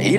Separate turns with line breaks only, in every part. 咦，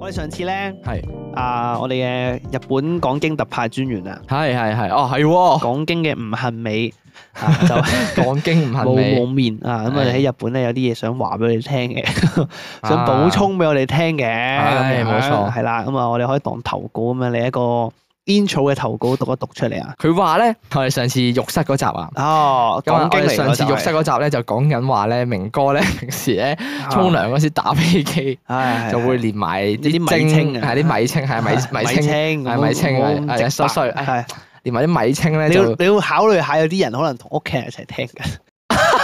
我哋上次咧，
係
啊，我哋嘅日本講經特派專員啊，
係係係，哦係喎，
講經嘅吳恨美啊， 就
講經唔恨
冇
你
冇，面啊，咁我哋喺日本咧有啲嘢想話俾我哋聽 嘅，
啊
想補充俾我哋聽嘅，
係冇錯
係啦，咁啊，我哋可以當投稿咁樣，你一個 intro 嘅投稿讀一讀出嚟啊。
佢話咧，我哋上次浴室嗰集啊。
哦，
咁啊
講
我
經
哋
嚟
上
嗰
次
就
浴室
係
嗰集咧就講緊話咧，明哥 咧平時咧
啊
沖涼嗰時打飛機，
唉
就會連埋啲
啲米
精
清啊
係啲米清係 米米清，
清
係米清係係
係
衰衰唉
係
連埋啲米清咧
你要
就
你要考慮下，有啲人可能同屋企人一齊聽嘅，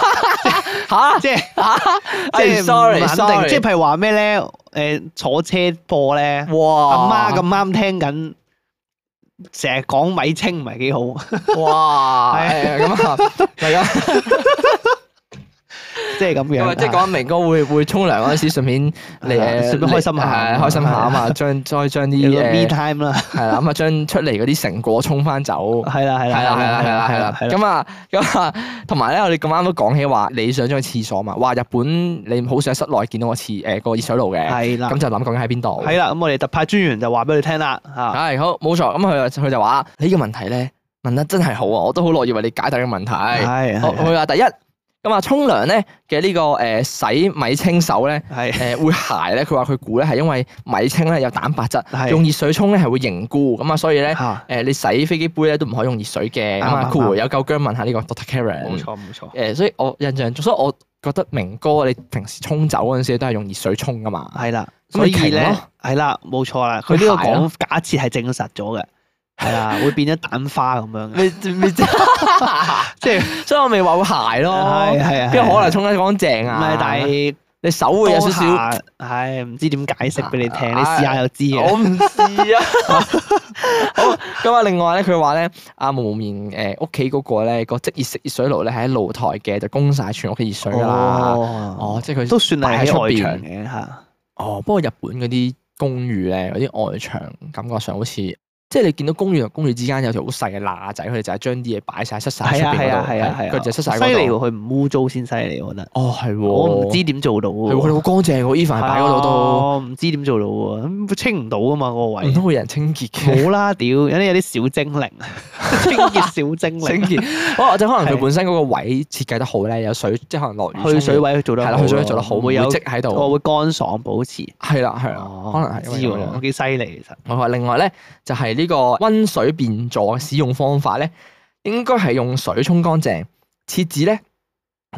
吓
即係即
哎
係唔
sorry
肯定
sorry，
即係譬如話咩咧？誒坐車播咧，
哇
阿媽咁啱聽緊，成日講米清唔係幾好，
哇
係
係啊咁啊係 咁
即係咁
咁啊
樣。
即係講明哥會會沖涼嗰陣時順便嚟誒
順便開心下
係開心下啊嘛，將再將
有個
啲
me
誒
time 啦，
係啦咁啊將出嚟嗰啲成果沖翻走。
係啦係
係啦
啦
係啦係啦係啦，
係啦。
咁啊咁啊，同埋咧，我哋咁啱都講起話你想咗去廁所嘛，話日本你好想喺室內見到個廁誒個熱水爐嘅，
係啦
咁，就諗究竟喺邊度？
係啦，咁我哋特派專員就話俾你聽啦，啊嚇，
係好冇錯，咁佢就佢就話呢個問題咧問得真係好啊，我都好樂意為你解答呢個問題。
係
好
係
佢話第一咁啊，沖涼咧嘅呢個誒洗米清手咧。
係
誒會鞋咧，佢話佢估咧係因為米清咧有蛋白質，
係
用熱水沖咧係會凝固，咁啊所以咧
嚇，
誒你洗飛機杯咧都唔可以用熱水嘅，咁
啱
啊
啱
酷
啱
有夠姜問下呢個 Doctor
冇
Karen。
錯冇錯，
誒，所以我印象中，所以我覺得明哥你平時沖走嗰陣時都係用熱水沖噶 嘛。
係啦，
咁
所
咪
以
勁
咧
咯
係啦，冇錯啦，佢呢個
佢鞋咯
講假設係證實咗嘅，係啦， 會變咗蛋花咁樣嘅，
你你 所
即係
以我咪話會鞋咯
係，係啊，
哦邊有可能
係
沖得乾淨
啊唔
啊
係？，但係
你手會有少少，
當下，唉，唔知點解釋俾你聽，你試下就知嘅。
啊我唔知啊。 好，咁啊，另外咧，佢話咧，阿毛毛面誒屋企嗰個咧個即熱式熱水爐咧係喺露台嘅，就供晒全屋嘅熱水㗎啦。
哦，
哦，即係佢
都算係喺外牆
擺
嘅嚇，
哦，不過日本嗰啲公寓咧，嗰啲外牆感覺上好似，即係你見到公寓同公寓之間有條好細嘅罅仔，佢哋就係將啲嘢擺晒塞晒喺
係
出
啊
邊
係
嗰
啊
度，
係啊係啊，
佢就塞晒
犀利
嗰
喎！
度。
佢唔污糟先犀利，我覺得。
哦，係喎，
我唔知哦點做到
係喎，佢哋
喎。
好乾淨喎，even 係擺嗰度都，
我唔知點做到喎，咁清唔到啊嘛嗰個
唔
位。
通會有人清潔嘅？
冇啦，屌！有啲有啲小精 靈，清潔小精
清
靈，
潔，哦，或者可能佢
係
本身嗰個位設計得好咧，有水，即係可能落雨
去水
沖
位做
完
得
係
好
啦，
咯，
去水位做得好，
會
會
有
有積喺
我
度，
會乾爽保持。
係啦係啦，啊
哦
可能係
知
因為咁樣
喎，幾犀利其實。
我話另外咧，就係、呢個温水變座嘅使用方法咧，應該係用水沖乾淨，廁紙咧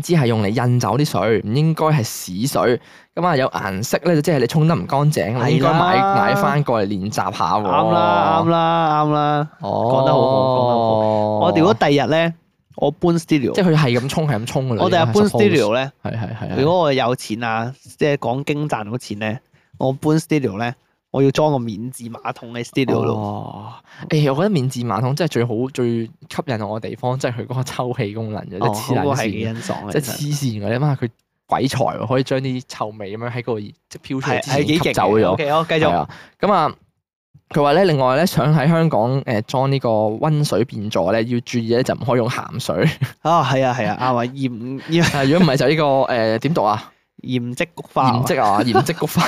只係用嚟印走啲水，唔應該係屎水。咁啊，有顏色咧，就即係你沖得唔乾淨，咁應該買
係啦
買翻過嚟練習下喎。
啱啦，啱啦，啱啦。
哦，
講得好好講得好我哋如果
覺
第日咧，我搬 studio，
哦即係佢係咁沖，係咁沖噶啦。
我哋日
已
搬
經係 suppose
studio 咧，
係係係。
如果我有錢啊，即係講經賺到錢咧，我搬 studio 咧，我要裝個免治馬桶喺 studio 度。
哦，誒、我覺得免治馬桶真係最好、最吸引我嘅地方，即係佢嗰個抽氣功能嘅，即
哦，
係黐
嗰個
撚
係
線
幾。欣爽嘅，
即係
真係
黐線嘅，你諗下佢鬼才喎，可以將啲臭味咁樣喺嗰個熱即係飄出嚟
係
之
係
前
幾勁
吸
嘅
走咗。
OK，好，繼
係
續。
啊，咁啊，佢話咧，另外咧，想喺香港誒裝呢個温水變座咧，要注意咧就唔可以用鹹 水，
啊，係啊，係啊，啱啊，鹽鹽
係如果唔係就呢個誒點讀啊？
鹽漬菊花啊。
鹽 漬啊，鹽漬菊花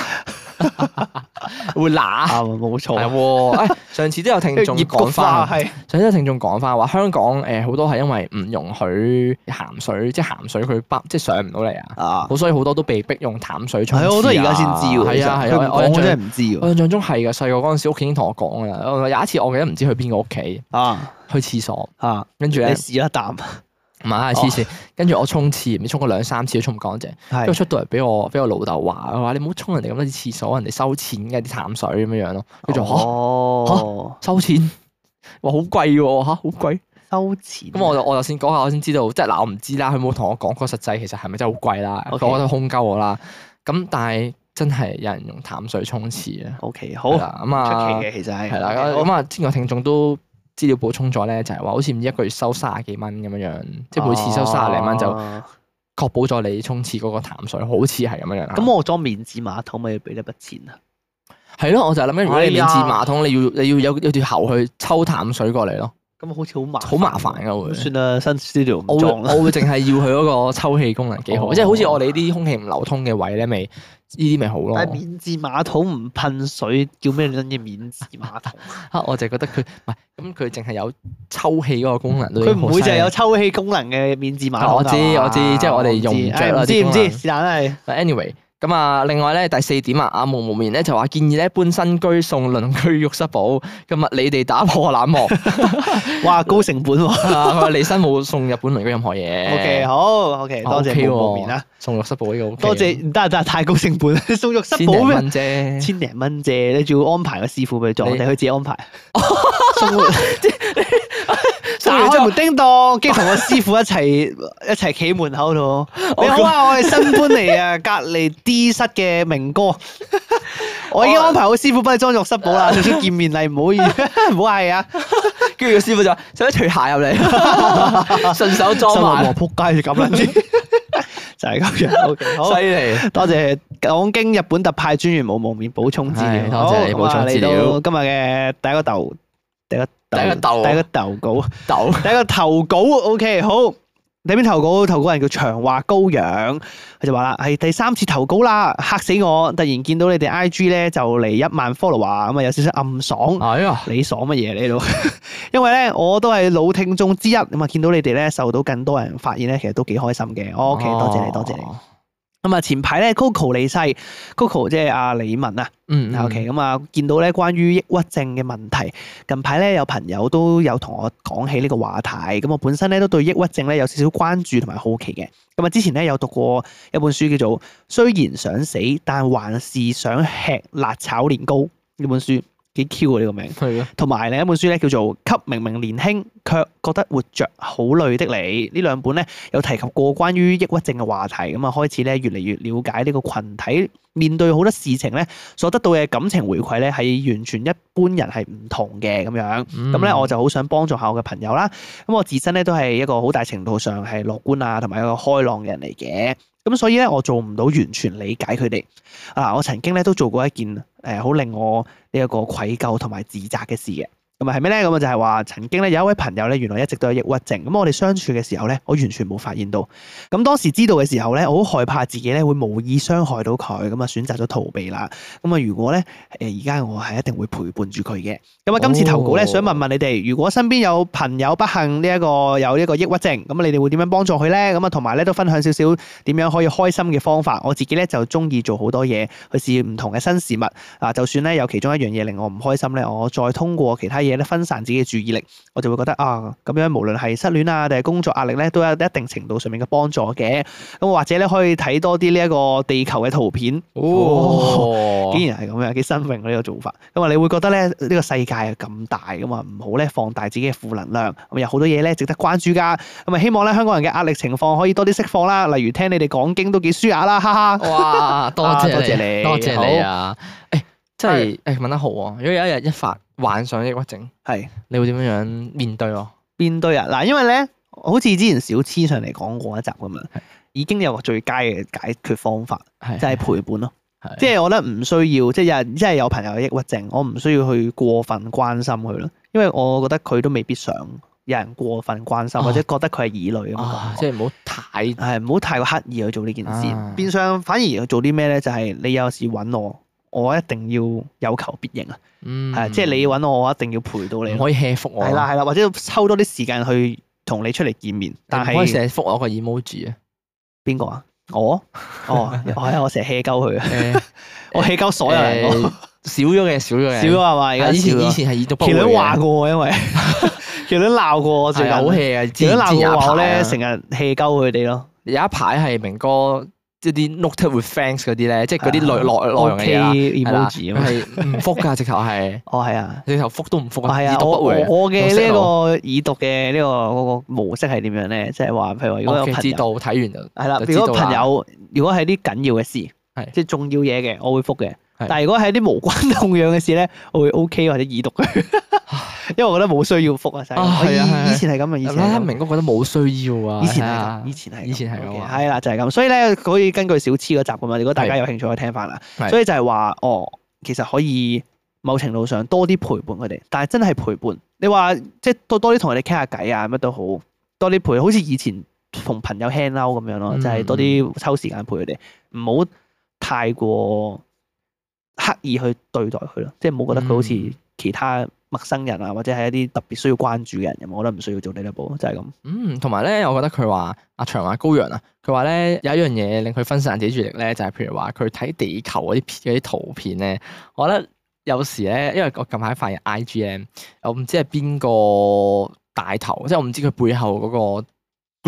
會
啱
乸。
啊，冇
係
錯。
喎，誒上次都有聽 眾
葉菊
講
花
翻，
係
上次有聽眾講翻話香港誒好多係因為唔容許鹹水，即係鹹水佢北即係上唔到嚟啊。
啊，
好，所以好多都被逼用淡水沖廁
係
啊
啊，我都而家先知喎。
係啊
其
係
實佢
啊，
唔
我我
講
印
我真
象
係唔知
我
喎。
印象中係嘅，細個嗰陣時屋企已經同我講噶啦。我有一次我記得唔知去邊個屋企
啊
去廁所，
啊，
跟住
你
咧
試一啖。
唔係黐線。跟住我沖廁，唔知沖過兩三次都沖唔乾淨。跟住
係
出到嚟俾我俾我老豆話，佢話你唔好沖人哋咁多啲廁所，人哋收錢嘅啲淡水咁樣樣咯。佢就話嚇
哦，
收錢，話好貴喎嚇，好貴。
收錢
咁我就我就先講下，我先知道，即係嗱，我唔知啦，佢冇同我講個實際其實係咪真係好貴啦，我
OK
覺得空鳩我啦。咁但係真係有人用淡水沖廁啊，
O K
好
好出
啦，咁啊
奇嘅，其實係哦
係啦，
OK，
咁
好
啊之前有聽眾都資料補充咗咧，就係話好似唔知一個月收卅幾蚊咁樣樣，即係每次收卅零蚊就啊
哦
確保咗你沖廁嗰個淡水，好似係咁啊樣樣啦。
咁我裝免治馬桶咪要俾一筆錢啊？
係咯，我就係諗緊，如果你免治
哎呀
馬桶，你要你要有有條喉去抽淡水過嚟咯，
咁好似好麻
好麻煩噶會
咁。算啦，新 studio
我會
唔裝啦。
我會淨係要佢嗰個抽氣功能幾好，
哦
即係好似我哋呢啲空氣唔流通嘅位咧，咪呢啲咪好咯。
但係免治馬桶唔噴水，叫咩撚嘢免治馬桶？
啊，我就覺得佢唔係咁，佢淨係有抽氣嗰個功能都已
佢
經好
唔會就係有
犀啊
抽氣功能嘅免治馬桶㗎。
我知我知即係我哋用唔着啦
我知哎
啲
唔
功能
知是但啦，係
利。anyway，咁啊，另外咧第四點啊，阿毛毛面咧就話建議咧搬新居送鄰居浴室寶，今日你哋打破冷 漠。
哇高成 本喎。
啊佢話李生冇送日本鄰居任何嘢。
O K 好，O K
啊
多
OK
謝
喎
冇面啦，
送浴室寶呢個 OK
多謝唔得唔得太高成本啦， 送浴室
千
寶
零
咩？
蚊啫。
千零蚊啫，你仲要安排個師傅俾佢做，
你
我哋佢自己 安排。 送打
完之
開
後
門叮當，跟住同個師傅一齊一齊企門口度。你好啊，我係新搬嚟啊，隔離 D 室嘅明哥。我已經安排好師傅幫你裝浴室 寶啦，少少見面禮，唔好意 唔好嗌啊。
跟住個師傅就話：使唔使除鞋入嚟？ 順手裝
和
埋，
仆街就咁撚啲， 就係咁樣。O K，好
犀。利。
多謝講經日本特派專員冇蒙面補充資料，
係多謝你補充資料
好咁啊嚟到今日嘅第一個豆，第一個
第一個豆
第一個投稿，
豆
第一個投稿。OK，好。你邊投稿？投稿人叫長話羔羊，佢就話啦：係第三次投稿啦，嚇死我！突然見到你哋 I G 咧就嚟一萬 follow 啊，咁啊有少少暗爽。
哎呀，
你爽乜嘢你度？因為咧，我都係老聽眾之一，咁啊見到你哋咧受到更多人發現咧，其實都幾開心嘅。OK，多
哦
謝你，多謝你。咁啊，前排咧，Coco 離世，Coco 即係阿李文啊。
嗯。嗯
OK，咁啊，見到咧關於抑鬱症嘅問題，近排咧有朋友都有同我講起呢個話題。咁我本身咧都對抑鬱症咧有少少關注同埋好奇嘅。咁啊，之前咧有讀過一本書叫做《雖然想死，但還是想吃辣炒年糕》呢本書，幾 Q 啊呢個名。
係啊，
同埋另一本書咧叫做《給明明年輕卻覺得活着好累的你》，呢兩本咧有提及過關於抑鬱症嘅話題，咁啊開始咧越嚟越了解呢個群體面對好多事情咧所得到嘅感情回饋咧係完全一般人係唔同嘅咁樣。咁
咁
咧我就好想幫助下我嘅朋友啦。咁我自身咧都係一個好大程度上係樂觀啊，同埋一個開朗嘅人嚟嘅。咁所以咧，我做唔到完全理解佢哋。啊，我曾經咧都做過一件誒好、令我呢一個愧疚同埋自責嘅事嘅。咁啊係咩咧？咁啊就係話曾經咧有一位朋友咧，原來一直都有抑鬱症。咁我哋相處嘅時候咧，我完全冇發現到。咁當時知道嘅時候咧，我好害怕自己咧會無意傷害到佢，咁啊選擇咗逃避啦。咁啊如果咧誒而家我係一定會陪伴住佢嘅。咁啊今次投稿咧，
哦
想問問你哋，如果身邊有朋友不幸呢一個有呢個抑鬱症，咁你哋會點樣幫助佢咧？咁啊同埋咧都分享少少點樣可以開心嘅方法。我自己咧就中意做好多嘢，去試唔同嘅新事物。啊，就算咧有其中一樣嘢令我唔開心咧，我再通過其他嘢咧分散自己嘅注意力，我就會覺得啊，咁樣無論係失戀啊定係工作壓力咧，都有一定程度上面嘅幫助嘅。咁或者咧可以睇多啲呢一個地球嘅圖片。
哦，
竟然係咁樣，幾新穎呢個做法。咁啊，你會覺得咧呢個世界係咁大咁啊，唔好咧放大自己嘅負能量。咁啊有好多嘢咧值得關注㗎。咁啊，希望咧香港人嘅壓力情況可以多啲釋放啦。例如聽你哋講經都幾舒雅啦，哈哈。
哦哇，多謝
啊多謝你
多謝你啊！誒，真係誒問得好喎。如果有一日一發患上抑鬱症，
係
你會點樣樣面對我？
邊堆啊？嗱，因為咧，好似之前小黐上嚟講過一集咁樣，已經有個最佳嘅解決方法，
係
就係陪伴咯。
係
即係我覺得唔需要，即係有人，即係有朋友有抑鬱症，我唔需要去過分關心佢咯，因為我覺得佢都未必想有人過分關心，
哦
或者覺得佢係異類咁嘅
啊
感，覺
即係唔好太
係唔好太過刻意去做呢件事
啊，
變相反而要做啲咩咧？就係你有時揾我，我一定要有求必應啊！
嗯
係啊即係你揾我，我一定要陪到你
唔
咯。
可以 hea 覆我，啊
係啦，係啦，或者抽多啲時間去同你出嚟見面，
但
但
係唔可以
係
成日覆我個 emoji 啊。
邊個啊？我 哦，我係我成日 hea 鳩佢啊，
誒
我 hea 鳩所有人，
誒
我
少咗嘅，少咗嘅，
少咗係嘛？而
係。
家
以前
少咗
以前係已讀不
麒
回
麟
嘅
話過我，因為其實都鬧過我最
係
近，
啊好 hea 啊！
其實都鬧過話我咧，
咧，
成日 hea 鳩佢哋咯。
有一排係明哥即係啲 noted with thanks 嗰啲咧，即係嗰啲內內內容嘅
啊 OK
嘢啦，係啦
emoji 啊嘛，
係唔覆㗎，直頭係
哦係啊。
直頭覆都唔覆
我
啊，
係
已
啊，
讀
我
不
我
回啊。
我嘅呢一
好
個已讀嘅呢個嗰個模式係點樣咧？即係話，譬如話如果有
OK，
朋
知
友
道睇完就
係啦，
就知
如果
道
朋
啦
友如果係啲緊要嘅事，
係
即係重要嘢嘅，我會覆嘅。
係
但係如果係啲無關痛癢嘅事咧，我會 OK 或者已讀佢， 因為我覺得冇需要覆啊。真係
啊係啊
我
係
以
啊
以前係咁啊，以前係
啦，
咁
明哥覺得冇需要啊，
以前
係
係
啊
咁，以前係咁，
以前係咁
OK，
啊
係啦，就係咁。所以咧，可以根據小黐嗰集咁嘛，如果大家有興趣可以聽翻啦。
係
所以就係話，哦，其實可以某程度上多啲陪伴佢哋，但係真係陪伴。你話即係多多啲同佢哋傾下偈啊，乜都好，多啲陪，好似以前同朋友 hang out 咁樣咯，
嗯
就係多啲抽時間陪佢哋，唔好太過刻意去對待佢咯，即係唔好覺得佢好似
嗯
其他陌生人啊，或者係一啲特別需要關注嘅人咁，我覺得唔需要做呢一步，就係咁。
嗯，同埋咧，我覺得佢話阿長話高陽啊，佢話咧有一樣嘢令佢分散自己注意力咧，就係、譬如話佢睇地球嗰啲片嗰啲圖片咧，我覺得有時咧，因為我近排發現 I G 咧，我唔知係邊個大頭，即係我唔知佢背後嗰個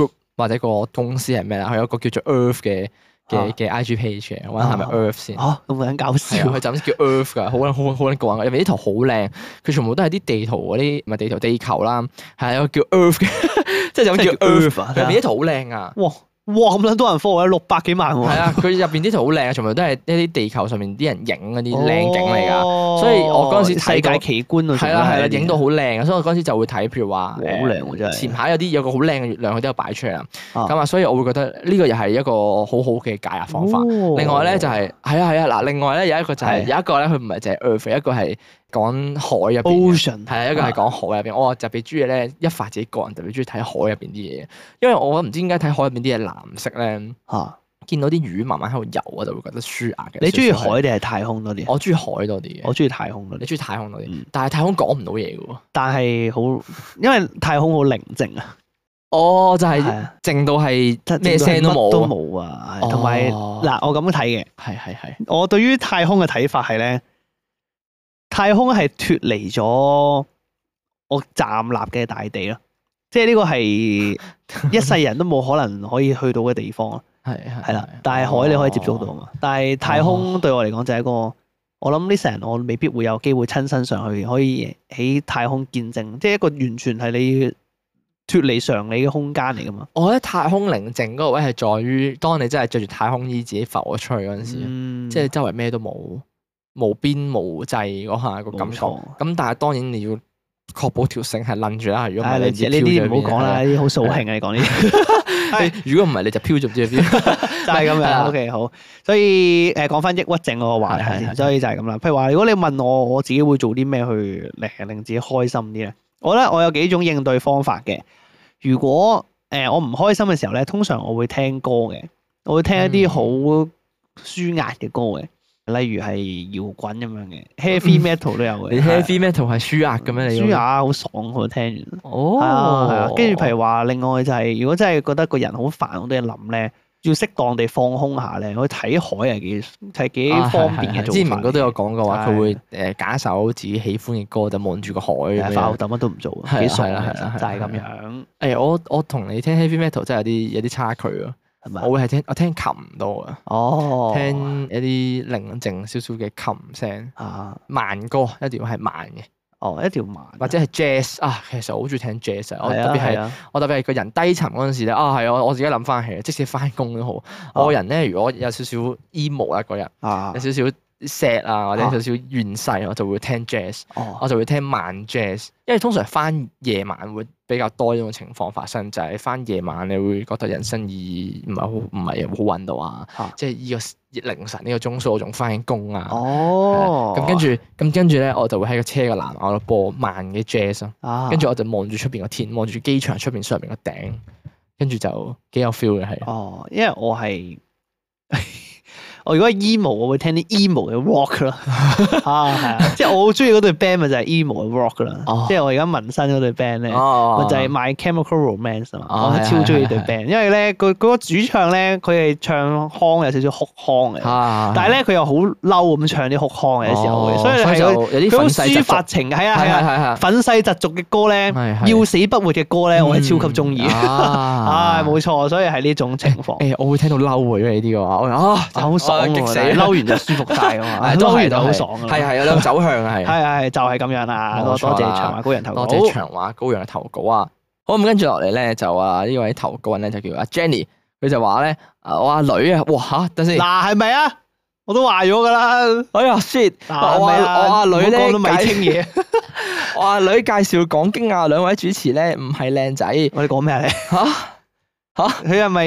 group 或者個公司係咩啦，佢有一個叫做 Earth 嘅嘅嘅 I G page 嘅，我揾下係咪
啊
Earth 先。
嚇咁撚搞
係
笑
啊，佢。就咁叫 Earth 噶，好撚好撚好撚啊過癮㗎，入面啲圖好靚，佢全部都係啲地圖嗰啲，唔係地圖地球啦，係有個叫 Earth 嘅， 即係就咁叫 Earth，
啊
入面啲圖好靚啊，
哇哇咁撚多人 follow 啊六百幾萬喎，
係啊，佢入邊啲圖好靚啊，全部都係一啲地球上面啲人影嗰啲靚景嚟㗎，
㗎
所以我嗰陣時睇
哦世
到
界奇觀啊，
係啦係啦，影到
好
好靚啊，所以我嗰陣時就會睇，譬如話
好
誒
靚喎真
前
係，
排有啲有個好靚嘅月亮，佢都有擺出嚟啦，
啊
咁啊，所以我會覺得呢個又係一個好好嘅解壓方法。
哦
另外咧就係係啊係啊嗱，另外咧有一個就係
係
有一個咧佢唔係淨係 earth，一個係講海入邊嘅。
Ocean
係啊，一個係講海入邊，我特別中意咧，一發自己個人特別中意睇海入邊啲嘢，因為我唔知點解睇海入邊啲嘢藍色咧，
嚇，
見到啲魚慢慢喺度游，啊我就會覺得舒壓嘅。
你中意
少少係？
海定係太空多啲？啊
我中意海多啲嘅
我，中意太空多
你
啲，
中意太空多啲
嗯，
但係太空講唔到嘢嘅喎。
但係好因為太空好寧靜啊，
哦，就
係
係
啊
靜到係咩聲都
乜都
冇啊，
冇啊，
哦
係同埋嗱我咁睇嘅，
係係係，
我對於太空嘅睇法係咧，太空係脱離咗我站立嘅大地咯，即係呢 個係一世人都冇可能可以去到嘅地方咯，
係係
係啦。但係海你可以接觸到
哦
嘛，但係太空對我嚟講就係一個，我諗呢世人我未必會有機會親身上去，可以喺太空見證，即係一個完全係你脱離常理嘅空間嚟噶嘛。
我覺得太空寧靜嗰個位係在於，當你真係着住太空衣自己浮咗出去嗰陣時，啊
嗯，
即係周圍咩都冇，無邊無際嗰下個感
冇
覺。
錯
咁但係當然你要確保條繩係攆住啦，如果唔係
唉你
你
知
自
呢
己
啲唔好講啦，呢啲好掃興啊！你講呢啲。
你如果唔係你就飄咗唔知去 邊。
就係咁
係啦
樣。OK，好。所以誒講翻抑鬱症嗰個話題
啊係係係
先，所以就係咁啦。譬如話，如果你問我我自己會做啲咩去令令自己開心啲咧，我覺得我有幾種應對方法嘅。如果誒、我唔開心嘅時候咧，通常我會聽歌嘅，我會聽一
嗯
啲好舒壓嘅歌嘅，例如係搖滾咁樣嘅，heavy metal 都有嘅。
嗯你 heavy metal 係舒壓嘅咩？你
舒壓啊好爽喎，聽完。係啊係啊
哦，，
跟住譬如話，另外就係、如果真係覺得個人好煩，好多嘢諗咧，要適當地放空下咧，去睇海係幾係幾
啊
方便
係係係
嘅做
之前
法
明哥都有講過話，佢
係
會呃誒揀一首自己喜歡嘅歌，就望住個海
嚟嘅，
咁
啊發吽
樣。
豆乜都唔做，
係啊
幾爽
係啊係啊
嘅，就係咁
係
樣，
誒，哎我我同你聽 heavy metal 真係有啲有啲差距啊！
係咪？
我會係聽我聽琴多啊，
哦，
聽一啲寧靜少少嘅琴聲，
啊，
慢歌一定要係慢嘅，
哦，一條盲
或者係 jazz 啊。其實我好中意聽 jazz 啊，我特別係
係啊
我特別係個人低沉嗰陣時咧，啊係啊我我自己諗翻起，即使翻工都好，我個人咧如果有少少 emo 啦嗰日，
啊
有，少少 sad 啊或者
啊
少少怨世，我就會聽 jazz，
哦，
我就會聽慢 jazz，因為通常翻夜晚會比較多呢種情況發生，就係翻夜晚你會覺得人生意義唔係好唔係好揾到啊
啊，
即係呢個凌晨呢個鐘數我仲翻緊工啊。
哦，
咁跟住，咁跟住咧，我就會喺個車嘅藍牙度播慢嘅 jazz 咯，
啊，
跟住我就望住出邊個天，望住機場出邊上面個頂，跟住就幾有 feel 嘅係。
哦，因為我係我如果係 emo，我會聽啲 emo 嘅 rock 咯。啊，係啊，即係我好中意嗰對 band 咪就係 emo 嘅 rock 啦
哦。
即係我而家紋身嗰對 band 咧，咪
哦，
就係 My Chemical Romance 啊
哦
嘛。我
係
超中意
係
對
係
band，因為咧佢嗰個主唱咧，佢係唱腔有少少哭腔嘅，
啊，
但係咧佢又好嬲咁唱啲哭腔嘅有時候會，
哦
所以係
就
佢
有啲
佢好
憤世
抒
嫉俗
發情嘅，係啊
係
係
係
啊，
係係。
憤世嫉俗嘅歌咧，
係係
要死不活嘅歌咧，我係超級中意。
啊
唉，冇錯，所以係呢種情 況。
誒，我會聽到嬲喎，如果你呢個話，我話啊，
好爽
啊
喎
激死
哎但係嬲完就舒服晒啊 嘛，
係都
嬲
係
完就
都
好
係
爽啊，
係係有兩個走向啊， 係
係係就係咁樣啦，多
冇錯啦
多謝長話高人投稿，
多謝長話高陽嘅投稿啊。好咁跟住落嚟咧，就啊呢位投稿人咧就叫阿 Jenny，佢就話咧啊我阿女啊，哇吓等先，
嗱係咪啊？我都話咗噶啦，
哎呀 shit，
嗱
我
係
阿
咪
我
啊
阿女
唔好
咧
講到米清嘢，
我阿女介紹講經啊，兩位主持咧唔係靚仔
我哋講咩啊？你
吓
佢係咪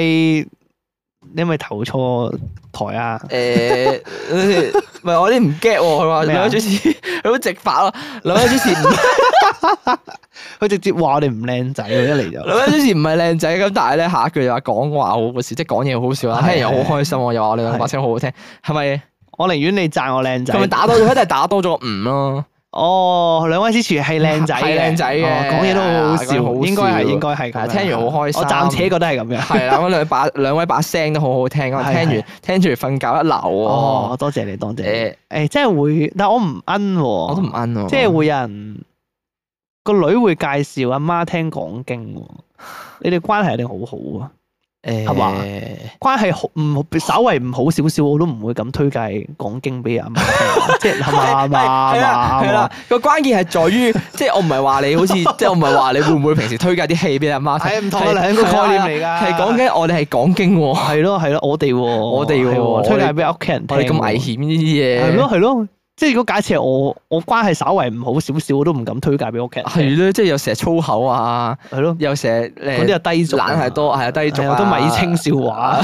你係咪投錯台啊？
誒，等陣先唔係我啲唔 get 喎，佢話
咩啊
兩位主持 佢好直白咯，兩位主持 唔
佢直接話我哋唔靚仔喎，一嚟就
兩位主持唔係靚仔咁，但係咧下一句就話講話好好笑，即係講嘢好好笑啦，
係
聽完又好開心喎，又話我哋兩個把聲好好聽，係咪？
我寧願你讚我靚
係咪
仔。
打多咗？一定係打多咗個五咯。
哦，兩位主持係靚仔嘅，
係靚仔嘅
哦講嘢都好
係
好
啊講
笑，
嘢
應該
好好笑
係應該係咁樣。
係聽完好開心
我暫且覺得係咁樣。
係啦，咁兩把兩位把聲都好好聽，咁
係
聽完聽住瞓覺一流
哦
喎。，
多謝你，多謝你。
誒，
誒，真係會，但我唔奀喎，
我都唔啱喎。
即係會有人個女會介紹阿媽聽講經喎，你哋關係一定好好啊，
誒
係嘛關係好唔稍為唔好少少，我都唔會咁推介講經俾阿媽 聽，即係係嘛係嘛
係
係
啦
嘛
係
係
啦
嘛，，
個關鍵係在於， 即係我唔係話你好 似，即係我唔係話你會唔會平時推介啲戲俾阿媽
係
睇，
唔同啊兩個概念嚟㗎
係講緊我哋係講經喎，
係咯係咯，我哋喎我
啊哋喎
喎推介俾屋企人聽
我
喎，
哋咁危險呢啲嘢。
係咯係咯，即係如果假設係我我關係稍為唔好少少，我都唔敢推介俾屋企人聽，
係咯，即係又成日粗口啊，
係咯，
又成日
嗰啲
誒
又低俗啊，
懶係多，係啊低俗
係
啊，
啊都米清笑話，